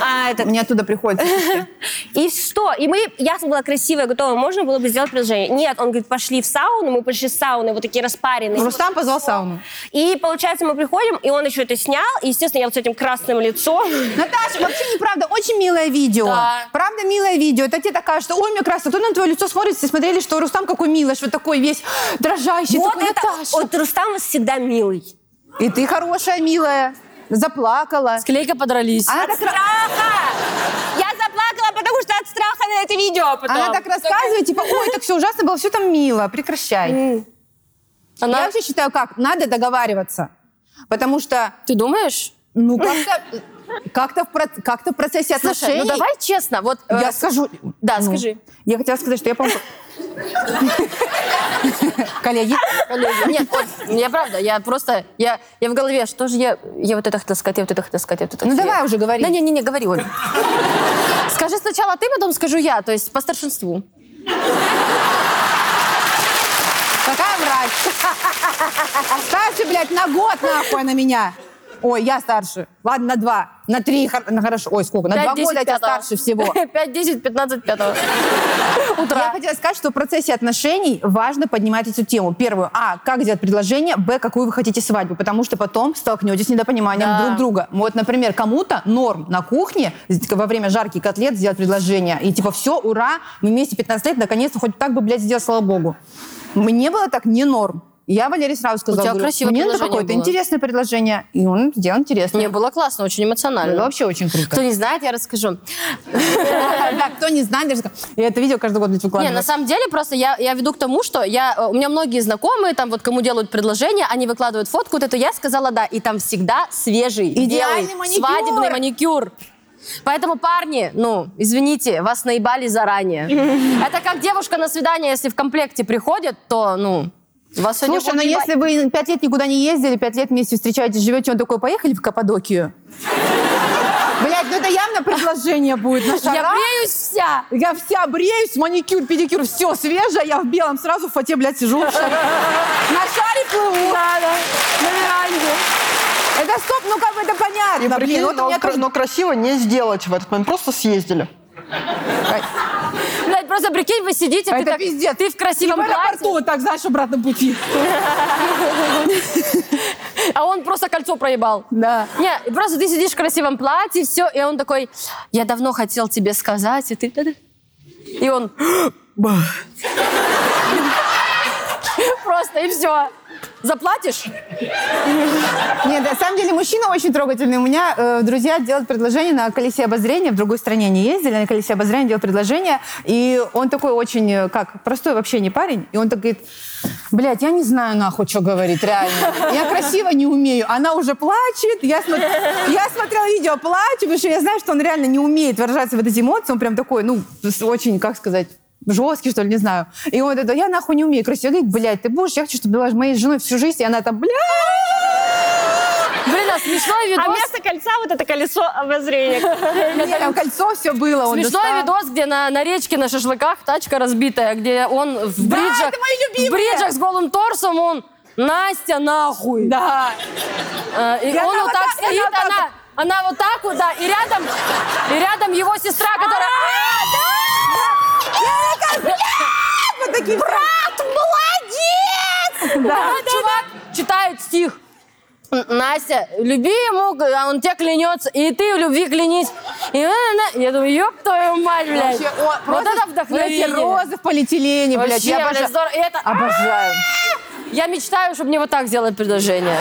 [SPEAKER 3] А, этот,
[SPEAKER 2] Мне оттуда приходится.
[SPEAKER 3] И что? И мы, я была красивая, готова, можно было бы сделать предложение. Нет, он говорит, пошли в сауну, мы пошли в сауну, вот такие распаренные.
[SPEAKER 2] Рустам позвал сауну.
[SPEAKER 3] И получается, мы приходим, и он еще это снял, и, естественно, я вот с этим красным лицом.
[SPEAKER 2] Наташа, вообще неправда. Очень милое видео.
[SPEAKER 1] Да.
[SPEAKER 2] Правда, милое видео. Это тебе так кажется. Ой, мне красота. Кто на твое лицо смотрит, все смотрели, что Рустам какой милый, что такой весь дрожащий.
[SPEAKER 3] Вот
[SPEAKER 2] такой,
[SPEAKER 3] это,
[SPEAKER 2] Наташа.
[SPEAKER 3] вот Рустам всегда милый.
[SPEAKER 2] И ты хорошая, милая. Заплакала.
[SPEAKER 1] Склейка подрались.
[SPEAKER 2] Она так, ра-
[SPEAKER 3] а Страха! Я заплакала, потому что от страха на это видео потом.
[SPEAKER 2] А
[SPEAKER 3] А
[SPEAKER 2] она так рассказывает, типа, ой, так все ужасно было, все там мило, прекращай. Я
[SPEAKER 1] Она...
[SPEAKER 2] вообще считаю, как, надо договариваться. Потому что,
[SPEAKER 1] Ты думаешь?
[SPEAKER 2] ну, как-то, как-то, в, проц- как-то в процессе
[SPEAKER 1] Слушай,
[SPEAKER 2] отношений...
[SPEAKER 1] ну давай честно, вот... э,
[SPEAKER 2] Я скажу.
[SPEAKER 1] Да,
[SPEAKER 2] Ну,
[SPEAKER 1] скажи.
[SPEAKER 2] Я хотела сказать, что я, по-моему... Коллеги,
[SPEAKER 1] Коллеги, Нет, вот, я правда, я просто, я, я в голове, что же я, я вот это хотела сказать, я вот это хотела сказать, я вот это
[SPEAKER 2] Ну,
[SPEAKER 1] хотела.
[SPEAKER 2] давай уже говори.
[SPEAKER 1] Да не, не, не, говори, Оля. Скажи сначала ты, потом скажу я, то есть по старшинству.
[SPEAKER 2] какая врач? Старше, блядь, на год нахуй на меня. Ой, я старше. Ладно, на два. На три, хор- на хорошо. Ой, сколько? На два
[SPEAKER 1] 5, 10,
[SPEAKER 2] года я тебя
[SPEAKER 1] 5.
[SPEAKER 2] старше всего.
[SPEAKER 1] 5, 10, 15, 5.
[SPEAKER 2] Я
[SPEAKER 1] Утра.
[SPEAKER 2] хотела сказать, что в процессе отношений важно поднимать эту тему. Первую, а, как сделать предложение, б, какую вы хотите свадьбу, потому что потом столкнетесь с недопониманием
[SPEAKER 1] Да.
[SPEAKER 2] друг друга. Вот, например, кому-то норм на кухне во время жарки котлет сделать предложение, и типа все, ура, мы вместе 15 лет, наконец-то хоть так бы, блядь, сделать, слава богу. Мне было так не норм. Я Валерий сразу сказала,
[SPEAKER 1] тебя
[SPEAKER 2] говорю,
[SPEAKER 1] красивое
[SPEAKER 2] мне надо
[SPEAKER 1] предложение
[SPEAKER 2] какое-то
[SPEAKER 1] было».
[SPEAKER 2] интересное предложение, и он сделал интересное.
[SPEAKER 1] Не, было классно, очень эмоционально.
[SPEAKER 2] Было Ну, вообще очень круто.
[SPEAKER 1] Кто не знает, я расскажу.
[SPEAKER 2] Да, кто не знает, даже... я это видео каждый год блядь,
[SPEAKER 1] Не,
[SPEAKER 2] выкладываю.
[SPEAKER 1] на самом деле просто я, я веду к тому, что я, э, у меня многие знакомые, там вот кому делают предложение, они выкладывают фотку, вот эту я сказала да, и там всегда свежий,
[SPEAKER 2] Идеальный
[SPEAKER 1] белый,
[SPEAKER 2] маникюр!
[SPEAKER 1] свадебный маникюр. Поэтому, парни, ну, извините, вас наебали заранее. Это как девушка на свидание, если в комплекте приходит, то, ну, вас сегодня
[SPEAKER 2] Слушай, но
[SPEAKER 1] будут ебать.
[SPEAKER 2] если вы пять лет никуда не ездили, пять лет вместе встречаетесь, живете, он такой, поехали в Каппадокию. Блять, ну это явно предложение будет. На
[SPEAKER 1] Я
[SPEAKER 2] шарах.
[SPEAKER 1] бреюсь вся!
[SPEAKER 2] Я вся бреюсь, маникюр, педикюр, все свежее, я в белом сразу в фате, блядь, сижу. в шаре. На шаре плыву. На веранде. Это стоп, ну как бы это
[SPEAKER 4] И
[SPEAKER 2] понятно,
[SPEAKER 4] прикинь,
[SPEAKER 2] блин. Вот у
[SPEAKER 4] но,
[SPEAKER 2] меня
[SPEAKER 4] кра-
[SPEAKER 2] тоже...
[SPEAKER 4] но красиво не сделать в этот момент. Просто съездили.
[SPEAKER 1] Блядь, просто прикинь, вы сидите, ты,
[SPEAKER 2] А Это
[SPEAKER 1] так-
[SPEAKER 2] пиздец.
[SPEAKER 1] ты в
[SPEAKER 2] И в
[SPEAKER 1] красивом платье.
[SPEAKER 2] аэропорту вот так, знаешь, обратно пути.
[SPEAKER 1] а он просто кольцо проебал.
[SPEAKER 2] Да.
[SPEAKER 1] Не, и просто ты сидишь в красивом платье, все, и он такой, я давно хотел тебе сказать, и ты... да-да». И он... «Ба». Просто, и все. Заплатишь?
[SPEAKER 2] Нет, на самом деле мужчина очень трогательный. У меня э, друзья делают предложение на колесе обозрения. В другой стране не ездили, на колесе обозрения делают предложение. И он такой очень, э, как, простой вообще не парень. И он так говорит, блядь, я не знаю нахуй, что говорить, реально. Я красиво не умею. Она уже плачет. Я, смо- я смотрела видео, плачу, потому что я знаю, что он реально не умеет выражаться вот эти эмоции. Он прям такой, ну, с- очень, как сказать, жесткий, что ли, не знаю. И он это, я нахуй не умею красиво. говорить, блядь, ты будешь, я хочу, чтобы ты была моей женой всю жизнь, и она там, блядь,
[SPEAKER 1] Блин, а смешной
[SPEAKER 3] А
[SPEAKER 1] видос.
[SPEAKER 3] вместо кольца вот это колесо обозрения.
[SPEAKER 2] Нет, там кольцо все было. он
[SPEAKER 1] Смешной
[SPEAKER 2] достал.
[SPEAKER 1] видос, где на, на речке на шашлыках тачка разбитая, где он в
[SPEAKER 2] Да,
[SPEAKER 1] бриджах,
[SPEAKER 2] это мои любимые!
[SPEAKER 1] в бриджах с голым торсом, он Настя нахуй.
[SPEAKER 2] Да.
[SPEAKER 1] Э, И,
[SPEAKER 2] она
[SPEAKER 1] он вот
[SPEAKER 2] вот
[SPEAKER 1] так
[SPEAKER 2] так, и
[SPEAKER 1] стоит,
[SPEAKER 2] она вот
[SPEAKER 1] она,
[SPEAKER 2] так.
[SPEAKER 1] она вот так вот, да, и рядом, и рядом его сестра, которая...
[SPEAKER 2] А! Вот такие
[SPEAKER 1] Брат,
[SPEAKER 2] А,
[SPEAKER 1] молодец! Чувак читает стих. Н-
[SPEAKER 2] М-м.
[SPEAKER 1] Настя, люби ему, г- а он тебе клянется, и ты в любви клянись. И она- я думаю, ёб твою мать, блядь.
[SPEAKER 2] вообще, о,
[SPEAKER 1] вот
[SPEAKER 2] просто
[SPEAKER 1] это вдохновение.
[SPEAKER 2] эти розы в полиэтилене, блядь.
[SPEAKER 1] Вообще,
[SPEAKER 2] Я
[SPEAKER 1] блядь,
[SPEAKER 2] обожаю.
[SPEAKER 1] здорово. И это-
[SPEAKER 2] Обожаю.
[SPEAKER 1] Я мечтаю, чтобы мне вот так сделать предложение.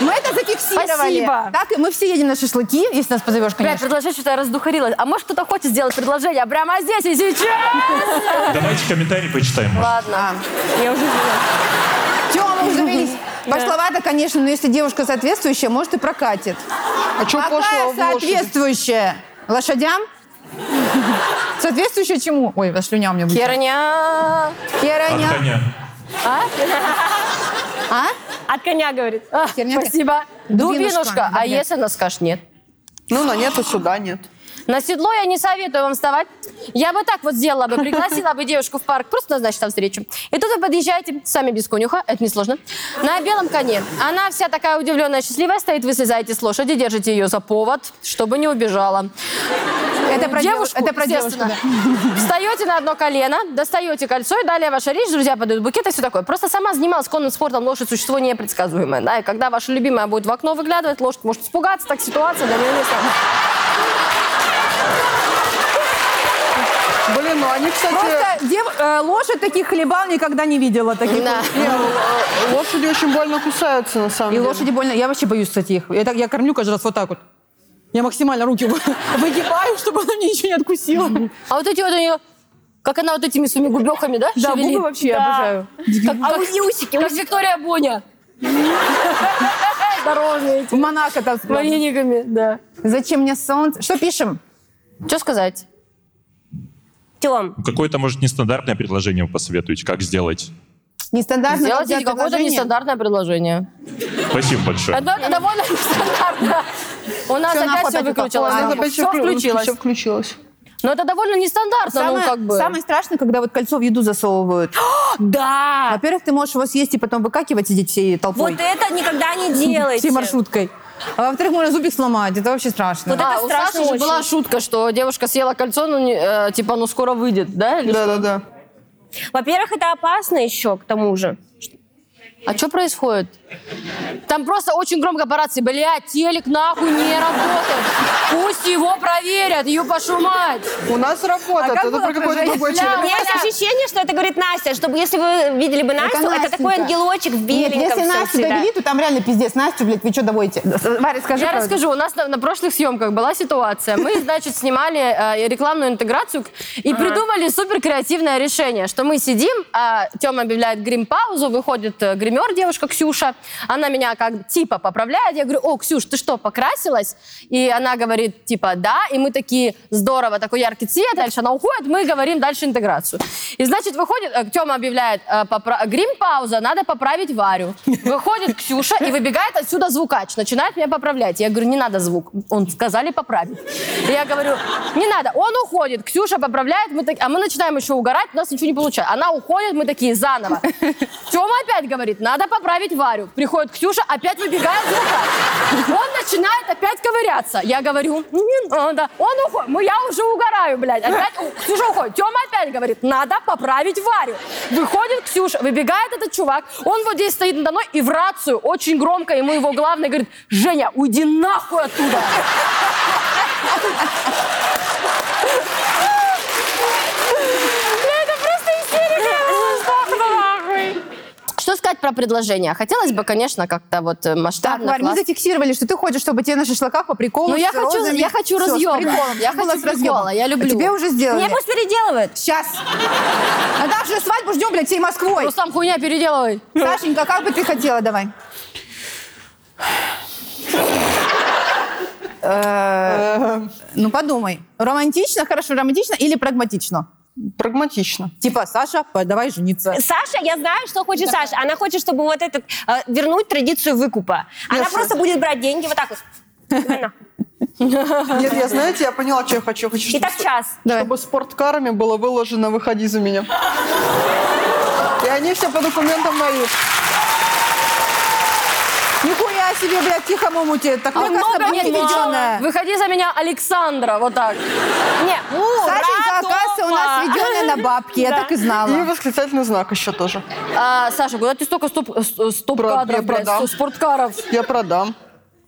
[SPEAKER 2] Мы это зафиксировали.
[SPEAKER 1] Спасибо.
[SPEAKER 2] Так, и мы все едем на шашлыки, если нас позовешь,
[SPEAKER 1] Блядь,
[SPEAKER 2] конечно.
[SPEAKER 1] предложение что-то я раздухарилась. А может, кто-то хочет сделать предложение прямо здесь и сейчас?
[SPEAKER 6] Давайте комментарий почитаем.
[SPEAKER 1] Ладно. Я уже
[SPEAKER 2] Тема, А. мы уже завелись. Пошловато, конечно, но если девушка соответствующая, может и прокатит.
[SPEAKER 4] А что пошло
[SPEAKER 2] Какая
[SPEAKER 4] в лошади?
[SPEAKER 2] соответствующая? Лошадям? Соответствующая чему? Ой, слюня у меня будет.
[SPEAKER 1] Херня.
[SPEAKER 6] От
[SPEAKER 2] Херня.
[SPEAKER 6] коня.
[SPEAKER 2] А?
[SPEAKER 3] От коня, говорит.
[SPEAKER 1] А,
[SPEAKER 2] Херня.
[SPEAKER 1] Спасибо.
[SPEAKER 2] Дубинушка.
[SPEAKER 1] Дубинушка. А
[SPEAKER 2] Дубня.
[SPEAKER 1] если она скажет нет?
[SPEAKER 4] Ну, на нет и сюда нет.
[SPEAKER 1] На седло я не советую вам вставать. Я бы так вот сделала бы, пригласила бы девушку в парк, просто назначить там встречу. И тут вы подъезжаете, сами без конюха, это несложно, на белом коне. Она вся такая удивленная, счастливая стоит, вы слезаете с лошади, держите ее за повод, чтобы не убежала.
[SPEAKER 2] Это про Э,
[SPEAKER 1] девушку,
[SPEAKER 2] девушку. Это про девушку,
[SPEAKER 1] естественно.
[SPEAKER 2] да.
[SPEAKER 1] Встаете на одно колено, достаете кольцо, и далее ваша речь, друзья подают букет и все такое. Просто сама занималась конным спортом, лошадь существо непредсказуемое. Да? И когда ваша любимая будет в окно выглядывать, лошадь может испугаться, так ситуация для нее не самая.
[SPEAKER 4] Блин, ну они, кстати...
[SPEAKER 2] Просто дев- э, лошадь таких хлебал никогда не видела. Таких.
[SPEAKER 1] Да.
[SPEAKER 4] не, э, лошади очень больно кусаются, на самом
[SPEAKER 2] И
[SPEAKER 4] деле.
[SPEAKER 2] лошади больно. Я вообще боюсь, кстати, их. Я, так, я кормлю каждый раз вот так вот. Я максимально руки выгибаю, чтобы она мне ничего не откусила.
[SPEAKER 1] А вот эти вот у нее, как она вот этими своими губехами, да?
[SPEAKER 2] Да,
[SPEAKER 1] шевелит?
[SPEAKER 2] губы вообще
[SPEAKER 1] Да.
[SPEAKER 2] обожаю. А
[SPEAKER 1] Как, как- как Виктория Боня. Дорожные
[SPEAKER 2] В Монако там.
[SPEAKER 1] с варениками, да.
[SPEAKER 2] Зачем мне солнце? Что пишем?
[SPEAKER 1] Что сказать?
[SPEAKER 3] Тем,
[SPEAKER 6] Какое-то, может, нестандартное предложение вы посоветуете, как сделать?
[SPEAKER 2] Нестандартное.
[SPEAKER 1] Сделайте
[SPEAKER 2] нельзя
[SPEAKER 1] какое-то
[SPEAKER 2] предложение?
[SPEAKER 1] нестандартное предложение.
[SPEAKER 6] Спасибо большое.
[SPEAKER 1] Это это довольно нестандартно. У нас
[SPEAKER 2] Всё,
[SPEAKER 1] опять
[SPEAKER 2] нахуй
[SPEAKER 1] все
[SPEAKER 2] опять
[SPEAKER 1] выключилось.
[SPEAKER 2] попало.
[SPEAKER 4] Опять
[SPEAKER 1] Все включилось.
[SPEAKER 4] Все включилось.
[SPEAKER 1] Но это довольно нестандартно, ну
[SPEAKER 2] Самое,
[SPEAKER 1] как бы.
[SPEAKER 2] самое страшное, когда вот кольцо в еду засовывают. А,
[SPEAKER 3] да!
[SPEAKER 2] Во-первых, ты можешь его съесть и потом выкакивать, сидеть всей толпой.
[SPEAKER 3] Вот это никогда не делайте.
[SPEAKER 2] всей маршруткой. А во-вторых, можно зубик сломать. Это вообще страшно.
[SPEAKER 3] Вот
[SPEAKER 1] А,
[SPEAKER 3] это
[SPEAKER 1] у
[SPEAKER 3] страшно
[SPEAKER 1] Саши же
[SPEAKER 3] очень.
[SPEAKER 1] была шутка, что девушка съела кольцо, ну, не- э, типа, ну, скоро выйдет, да? или что?
[SPEAKER 4] Да-да-да.
[SPEAKER 3] Во-первых, это опасно еще, к тому же.
[SPEAKER 1] А что происходит? Там просто очень громко по рации, бля, телек нахуй не работает. Пусть его проверят, ее пошу мать.
[SPEAKER 4] У нас работает,
[SPEAKER 2] А как
[SPEAKER 4] это
[SPEAKER 2] было
[SPEAKER 4] про какой-то
[SPEAKER 2] отражение?
[SPEAKER 4] другой
[SPEAKER 1] Бля,
[SPEAKER 4] телек.
[SPEAKER 3] У меня есть ощущение, что это говорит Настя, чтобы если вы видели бы Настю, это,
[SPEAKER 2] Настенька.
[SPEAKER 3] такой ангелочек в
[SPEAKER 2] Нет,
[SPEAKER 3] беленьком
[SPEAKER 2] если
[SPEAKER 3] всем
[SPEAKER 2] Настю
[SPEAKER 3] всегда.
[SPEAKER 2] довели, то там реально пиздец. Настю, блядь, вы что доводите? Варя, скажи
[SPEAKER 1] Я
[SPEAKER 2] правду.
[SPEAKER 1] расскажу, у нас на, на прошлых съемках была ситуация. Мы, значит, снимали э, рекламную интеграцию к- и придумали супер креативное решение, что мы сидим, а Тёма объявляет грим-паузу, выходит э, гример, девушка Ксюша, она меня как типа поправляет, я говорю, о, Ксюш, ты что, покрасилась? И она говорит, типа, да, и мы такие, здорово, такой яркий цвет, дальше она уходит, мы говорим дальше интеграцию. И, значит, выходит, э, Тёма объявляет, э, попра- грим-пауза, надо поправить Варю. Выходит Ксюша и выбегает отсюда звукач, начинает меня поправлять. Я говорю, не надо звук. Он, сказали поправить. Я говорю, не надо. Он уходит, Ксюша поправляет, мы так- а мы начинаем еще угорать, у нас ничего не получается. Она уходит, мы такие, заново. Тёма опять говорит, говорит, надо поправить Варю. Приходит Ксюша, опять выбегает звука. Он начинает опять ковыряться. Я говорю, «М, а, да». он уходит. Ну, я уже угораю, блядь. Опять у- Ксюша уходит. Тема опять говорит, надо поправить Варю. Выходит Ксюша, выбегает этот чувак. Он вот здесь стоит надо мной и в рацию очень громко ему его главный говорит, Женя, уйди нахуй оттуда. Что сказать про предложение? Хотелось бы, конечно, как-то вот э,
[SPEAKER 2] Так,
[SPEAKER 1] масштабно,
[SPEAKER 2] Варь, мы
[SPEAKER 1] классно.
[SPEAKER 2] зафиксировали, что ты хочешь, чтобы тебе на шашлыках по приколу.
[SPEAKER 1] Ну, я
[SPEAKER 2] с
[SPEAKER 1] хочу-
[SPEAKER 2] розами.
[SPEAKER 1] я хочу
[SPEAKER 2] Всё, с
[SPEAKER 1] разъёма.
[SPEAKER 2] приколом.
[SPEAKER 1] Я
[SPEAKER 2] Ты была
[SPEAKER 1] хочу
[SPEAKER 2] с разъёмом.
[SPEAKER 1] прикола, я люблю.
[SPEAKER 2] А Тебе уже сделали.
[SPEAKER 3] Мне пусть переделывают.
[SPEAKER 2] Сейчас. Наташа, на А свадьбу ждем, блядь, всей Москвой.
[SPEAKER 1] Рустам, хуйня переделывай.
[SPEAKER 2] Сашенька, как бы ты хотела, давай. Э, Ну, подумай. Романтично, хорошо, романтично или прагматично?
[SPEAKER 4] Прагматично.
[SPEAKER 2] Типа, Саша, по- давай жениться.
[SPEAKER 3] Саша, я знаю, что хочет Саша. Она хочет, чтобы вот этот э, вернуть традицию выкупа. Она просто будет брать деньги вот так вот.
[SPEAKER 4] Нет, я, знаете, я поняла, что я хочу. Я хочу,
[SPEAKER 3] И
[SPEAKER 4] чтобы,
[SPEAKER 3] так час.
[SPEAKER 2] Давай.
[SPEAKER 4] чтобы спорткарами было выложено «Выходи за меня». И они все по документам мои.
[SPEAKER 2] Нихуя себе, блядь, тихо, мамуте. Такое
[SPEAKER 1] много
[SPEAKER 2] касса
[SPEAKER 1] нет,
[SPEAKER 2] приведенная.
[SPEAKER 1] Выходи за меня, Александра, вот так.
[SPEAKER 3] Не,
[SPEAKER 2] Сашенька, касса у нас сведенная на бабки, я так и
[SPEAKER 4] И
[SPEAKER 2] знала.
[SPEAKER 4] восклицательный знак еще тоже.
[SPEAKER 1] А, Саша, куда ты столько стоп, э, с- э, стоп-кадров,
[SPEAKER 4] Про- я
[SPEAKER 1] блядь,
[SPEAKER 4] продам.
[SPEAKER 1] со- спорткаров?
[SPEAKER 4] Я продам.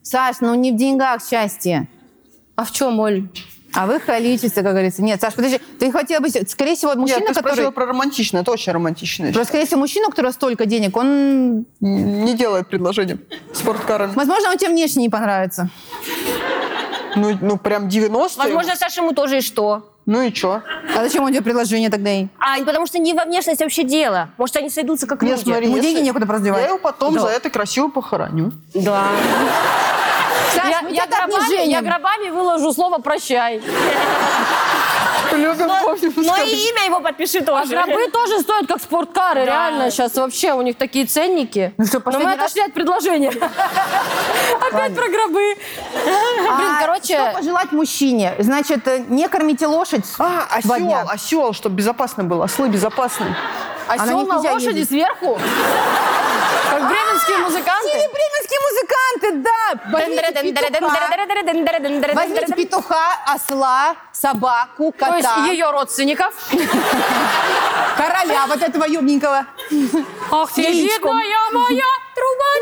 [SPEAKER 2] Саш, ну не в деньгах счастье.
[SPEAKER 1] А в чем, Оль?
[SPEAKER 2] А в их количестве, как говорится. Нет, Саш, подожди, ты хотела бы... Скорее всего, мужчина,
[SPEAKER 4] Нет, ты
[SPEAKER 2] который...
[SPEAKER 4] спросила про романтичное. Это очень романтичное.
[SPEAKER 2] Просто, скорее всего, мужчина, у которого столько денег, он...
[SPEAKER 4] М, Не делает предложение спорткарами.
[SPEAKER 2] Возможно, он тебе внешне не понравится.
[SPEAKER 4] Ну, ну прям 90
[SPEAKER 3] Возможно, Саша ему тоже и что.
[SPEAKER 4] Ну и что?
[SPEAKER 2] А зачем он тебе предложение тогда и?
[SPEAKER 3] А, и потому что не во внешности вообще дело. Может, они сойдутся как
[SPEAKER 4] Не,
[SPEAKER 3] люди.
[SPEAKER 4] смотри,
[SPEAKER 2] Ему
[SPEAKER 4] если-
[SPEAKER 2] деньги некуда
[SPEAKER 4] Я
[SPEAKER 2] продлевать.
[SPEAKER 4] его потом
[SPEAKER 2] Да.
[SPEAKER 4] за это красиво похороню.
[SPEAKER 3] Да.
[SPEAKER 2] Саш,
[SPEAKER 1] я,
[SPEAKER 2] мы
[SPEAKER 1] я
[SPEAKER 2] тебя так не
[SPEAKER 1] гробами, я
[SPEAKER 2] женим.
[SPEAKER 1] гробами выложу слово «прощай».
[SPEAKER 4] Любим, помним,
[SPEAKER 3] Но и
[SPEAKER 4] скажем.
[SPEAKER 3] имя его подпиши
[SPEAKER 1] А
[SPEAKER 3] тоже.
[SPEAKER 1] гробы тоже стоят, как спорткары, реально. Сейчас вообще у них такие ценники.
[SPEAKER 2] Ну что,
[SPEAKER 1] Но
[SPEAKER 2] последний
[SPEAKER 1] мы
[SPEAKER 2] раз?
[SPEAKER 1] отошли от предложения. Опять про гробы. Блин,
[SPEAKER 2] А Что
[SPEAKER 1] короче,
[SPEAKER 2] пожелать мужчине? Значит, э, не кормите лошадь.
[SPEAKER 4] А,
[SPEAKER 2] Два
[SPEAKER 4] осел,
[SPEAKER 2] дня.
[SPEAKER 4] осел, чтобы безопасно было. Ослы безопасны.
[SPEAKER 2] а на
[SPEAKER 1] осел
[SPEAKER 2] них
[SPEAKER 1] на
[SPEAKER 2] нельзя
[SPEAKER 1] лошади
[SPEAKER 2] ездить.
[SPEAKER 1] сверху. Как бременские музыканты.
[SPEAKER 2] бременские музыканты, да! Возьмите петуха, осла, собаку,
[SPEAKER 1] То есть
[SPEAKER 2] кота,
[SPEAKER 1] ее родственников.
[SPEAKER 2] короля вот этого юбненького.
[SPEAKER 1] Ах ты,
[SPEAKER 2] Яичком.
[SPEAKER 1] видная моя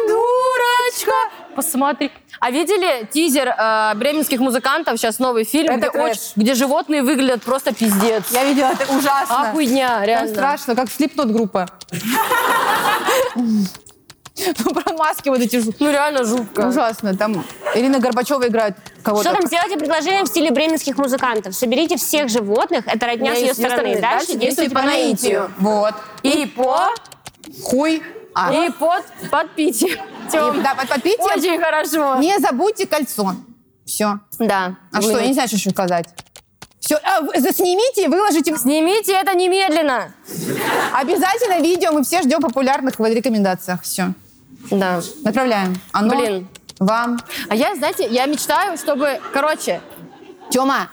[SPEAKER 1] трубадурочка. Посмотри. А видели тизер э, бременских музыкантов? Сейчас новый фильм,
[SPEAKER 2] Это
[SPEAKER 1] где,
[SPEAKER 2] трэш.
[SPEAKER 1] очень- где животные выглядят просто пиздец.
[SPEAKER 2] Я видела, это ужасно.
[SPEAKER 1] Охуйня,
[SPEAKER 2] Там
[SPEAKER 1] реально.
[SPEAKER 2] страшно, как слепнот группа. Ну, про маски вот эти жу-
[SPEAKER 1] Ну реально жутко.
[SPEAKER 2] Ужасно. Там Ирина Горбачева играет
[SPEAKER 3] Что
[SPEAKER 2] кого-то.
[SPEAKER 3] там, сделайте предложение в стиле бременских музыкантов. Соберите всех животных, это родня с ее стороны. Дальше действуйте по наитию.
[SPEAKER 2] Вот.
[SPEAKER 1] И по,
[SPEAKER 2] Хуй. А. И-
[SPEAKER 1] и под подпитие. Тём.
[SPEAKER 2] Да, под подпитием.
[SPEAKER 1] Очень хорошо.
[SPEAKER 2] Не забудьте кольцо. Все.
[SPEAKER 1] Да.
[SPEAKER 2] А что, я не знаю, что еще сказать. Все, заснимите и выложите.
[SPEAKER 1] Снимите это немедленно.
[SPEAKER 2] Обязательно видео, мы все ждем популярных в рекомендациях. Все.
[SPEAKER 1] Да.
[SPEAKER 2] Отправляем. Оно
[SPEAKER 1] Блин.
[SPEAKER 2] вам.
[SPEAKER 1] А я, знаете, я мечтаю, чтобы, короче,
[SPEAKER 2] Тема,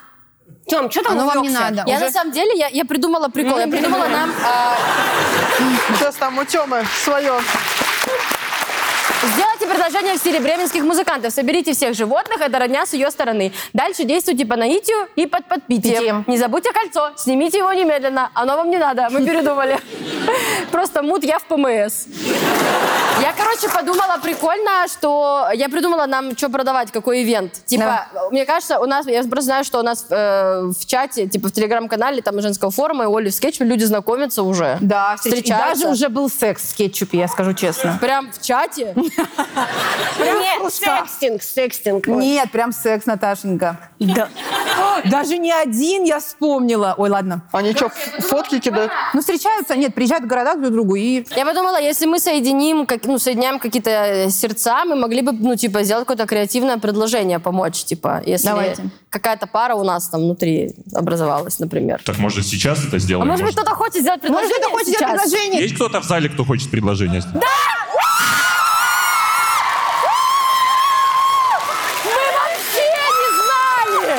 [SPEAKER 3] Тем, что там
[SPEAKER 2] оно вам не
[SPEAKER 3] увлекся?
[SPEAKER 2] надо.
[SPEAKER 1] я
[SPEAKER 2] Уже-
[SPEAKER 1] на самом деле, я, я придумала прикол, я придумала нам
[SPEAKER 4] Сейчас там у Тёмы свое.
[SPEAKER 1] Сделайте предложение в стиле бременских музыкантов. Соберите всех животных, это родня с ее стороны. Дальше действуйте по наитию и под подпитием.
[SPEAKER 2] Питьем.
[SPEAKER 1] Не забудьте кольцо, снимите его немедленно. Оно вам не надо, мы передумали. Просто мут я в ПМС. Я, короче, подумала прикольно, что я придумала нам, что продавать, какой ивент. Типа, мне кажется, у нас, я просто знаю, что у нас э, в чате, типа в телеграм-канале там женского форума и Оли в скетче люди знакомятся уже.
[SPEAKER 2] Да, встреч-
[SPEAKER 1] встречаются.
[SPEAKER 2] Даже уже был секс в кетчупе, я скажу честно.
[SPEAKER 1] Прям в чате.
[SPEAKER 3] Нет, секстинг, секстинг.
[SPEAKER 2] Нет, прям секс, Наташенька. Да. Даже не один я вспомнила. Ой, ладно.
[SPEAKER 4] Они что, фотки кидают?
[SPEAKER 2] Ну, встречаются, нет, приезжают в города друг к другу и...
[SPEAKER 1] Я подумала, если мы соединим, как, ну, соединяем какие-то э, сердца, мы могли бы, ну, типа, сделать какое-то креативное предложение, помочь, типа, если
[SPEAKER 2] Давайте.
[SPEAKER 1] какая-то пара у нас там внутри образовалась, например.
[SPEAKER 6] Так может сейчас это
[SPEAKER 1] А
[SPEAKER 6] сделаем?
[SPEAKER 1] может быть, кто-то хочет сделать
[SPEAKER 2] Может,
[SPEAKER 1] предложение
[SPEAKER 2] кто-то хочет сделать
[SPEAKER 1] сейчас?
[SPEAKER 2] предложение?
[SPEAKER 6] Есть кто-то в зале, кто хочет предложение? сделать?
[SPEAKER 1] Мы вообще не знали!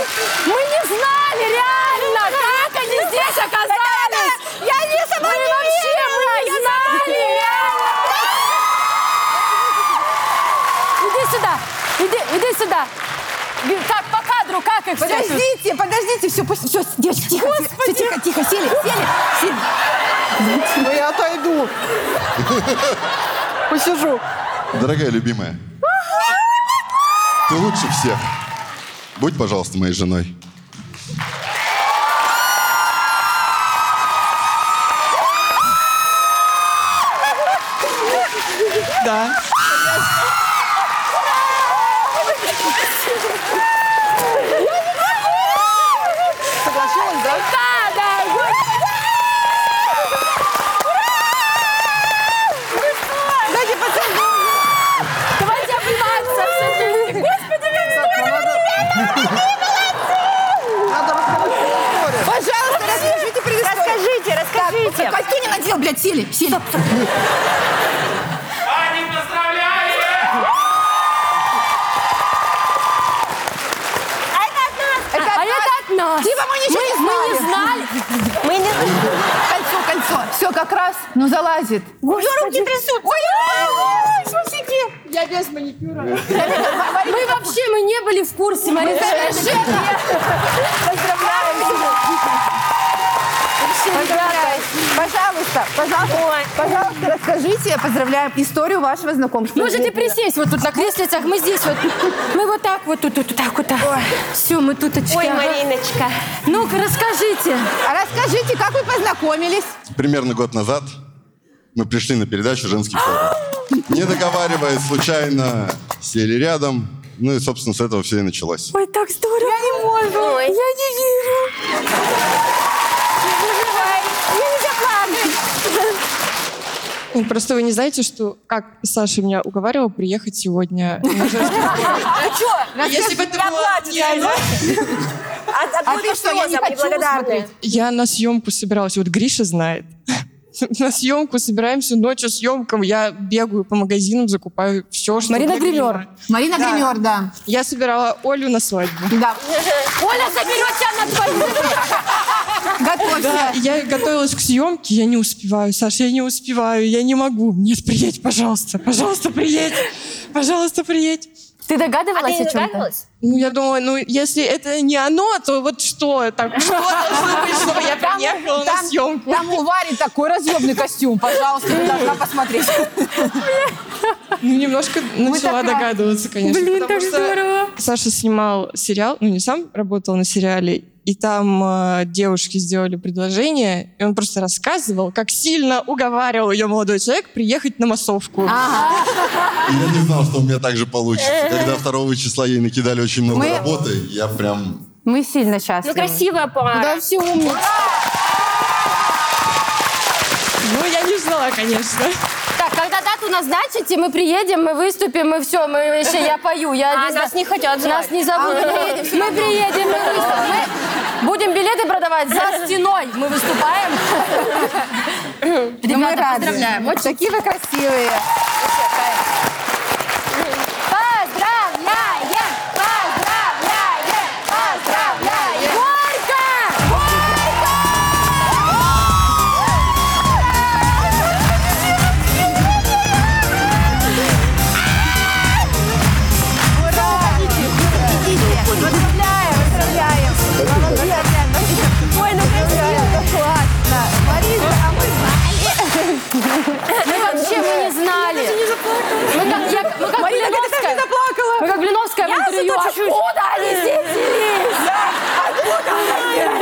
[SPEAKER 1] Мы не знали, реально, как они здесь оказались! Я не Мы вообще, мы не знали, реально! это... Бю- Как по кадру, как их всех?
[SPEAKER 5] Подождите, подождите, все, все, девочки, тихо, все, тихо, тихо, сели, сели, сели.
[SPEAKER 4] Ну я отойду. Посижу.
[SPEAKER 7] Дорогая любимая, ты лучше всех. Будь, пожалуйста, моей женой.
[SPEAKER 4] Да. Согласилась, да?
[SPEAKER 1] Давайте обниматься все вместе. Господи, как
[SPEAKER 4] Так, надо... Надо рассказать предысторию.
[SPEAKER 5] Пожалуйста, расскажите предысторию.
[SPEAKER 3] Расскажите, расскажите.
[SPEAKER 5] Пальто не надел, блядь, сели, сели.
[SPEAKER 8] Ваню поздравляем!
[SPEAKER 1] А это от нас.
[SPEAKER 5] Типа мы ничего не
[SPEAKER 1] Мы не
[SPEAKER 5] знали.
[SPEAKER 1] знали.
[SPEAKER 3] Мы не...
[SPEAKER 2] Кольцо, кольцо. Все как раз. Ну, залазит.
[SPEAKER 3] руки трясутся.
[SPEAKER 1] Мы вообще, мы не были в курсе, Марина.
[SPEAKER 2] Поздравляю. Пожалуйста, пожалуйста, пожалуйста, расскажите, поздравляем историю вашего знакомства.
[SPEAKER 1] Можете присесть вот тут на креслицах, мы здесь вот. Мы вот так вот тут, тут, вот так вот так. Все, мы тут очки.
[SPEAKER 3] Ой,
[SPEAKER 1] ага.
[SPEAKER 3] Мариночка.
[SPEAKER 1] Ну-ка, расскажите.
[SPEAKER 2] А Расскажите, как вы познакомились?
[SPEAKER 7] Примерно год назад мы пришли на передачу «Женский форум». Не договариваясь, случайно сели рядом. Ну и, собственно, с этого все и началось.
[SPEAKER 1] Ой, так здорово. Я не могу. Я не верю.
[SPEAKER 9] Ну, Просто вы не знаете, что как Саша меня уговаривала приехать сегодня. на женский форум. Если бы это было не оно,
[SPEAKER 3] От, от
[SPEAKER 5] А ты что, я не хочу смотреть.
[SPEAKER 9] Я на съемку собиралась. Вот Гриша знает. На съемку собираемся ночью съемкам. Я бегаю по магазинам, закупаю все, что...
[SPEAKER 1] Марина
[SPEAKER 9] мне
[SPEAKER 1] Гример.
[SPEAKER 9] нужно.
[SPEAKER 5] Марина Гример, да.
[SPEAKER 9] Я собирала Олю на свадьбу.
[SPEAKER 5] Да,
[SPEAKER 1] Оля заберет тебя на твою.
[SPEAKER 5] готовься.
[SPEAKER 9] И Я готовилась к съемке, я не успеваю, Саша, я не успеваю, я не могу. Нет, приедь, пожалуйста, пожалуйста, приедь, пожалуйста, приедь.
[SPEAKER 1] Ты
[SPEAKER 3] А
[SPEAKER 1] догадывалась
[SPEAKER 3] ты не
[SPEAKER 1] о чем-то?
[SPEAKER 3] догадывалась?
[SPEAKER 9] Ну, я думаю, ну, если это не оно, то вот что? Так, что должно быть, чтобы я приехала на съемку?
[SPEAKER 5] Там у Вари такой разъемный костюм, пожалуйста, ты должна посмотреть.
[SPEAKER 9] Ну, немножко начала
[SPEAKER 5] так рады.
[SPEAKER 9] догадываться, конечно.
[SPEAKER 1] Блин,
[SPEAKER 9] потому
[SPEAKER 1] так
[SPEAKER 9] что
[SPEAKER 1] здорово.
[SPEAKER 9] Саша снимал сериал, ну, не сам работал на сериале, и там э, девушки сделали предложение, и он просто рассказывал, как сильно уговаривал ее молодой человек приехать на массовку.
[SPEAKER 1] А,
[SPEAKER 7] И я не знал, что у меня так же получится. Когда 2 числа ей накидали очень много
[SPEAKER 2] Мы-
[SPEAKER 7] работы, я прям...
[SPEAKER 2] Мы сильно счастливы.
[SPEAKER 3] Ну, красивая пара.
[SPEAKER 1] Да все умница.
[SPEAKER 9] Ну, я не ждала, конечно.
[SPEAKER 1] Так, когда дату назначите, мы приедем, мы выступим, мы все, мы еще, я пою. Я
[SPEAKER 3] А,
[SPEAKER 1] не знаю.
[SPEAKER 3] нас не хотят звать.
[SPEAKER 1] Нас не зовут. мы приедем, мы выступим. Мы будем билеты продавать за стеной. Мы выступаем.
[SPEAKER 2] Ну, мы
[SPEAKER 1] Ребята,
[SPEAKER 2] рады.
[SPEAKER 1] поздравляем. Очень
[SPEAKER 2] Такие вы красивые.
[SPEAKER 1] Поздравляем! Поздравляем! Поздравляем! Горько!
[SPEAKER 2] Поздравляем, поздравляем. Поздравляем. Ой, ну красиво. Классно. Марина, а мы
[SPEAKER 1] Мы вообще мы не знали. Мы как, я, мы как
[SPEAKER 5] Марина, ты так
[SPEAKER 1] Блиновская.
[SPEAKER 5] не заплакала.
[SPEAKER 1] Мы как Блиновская в интервью.
[SPEAKER 5] зато чуть-чуть.
[SPEAKER 1] Откуда они здесь взялись?
[SPEAKER 5] Откуда она?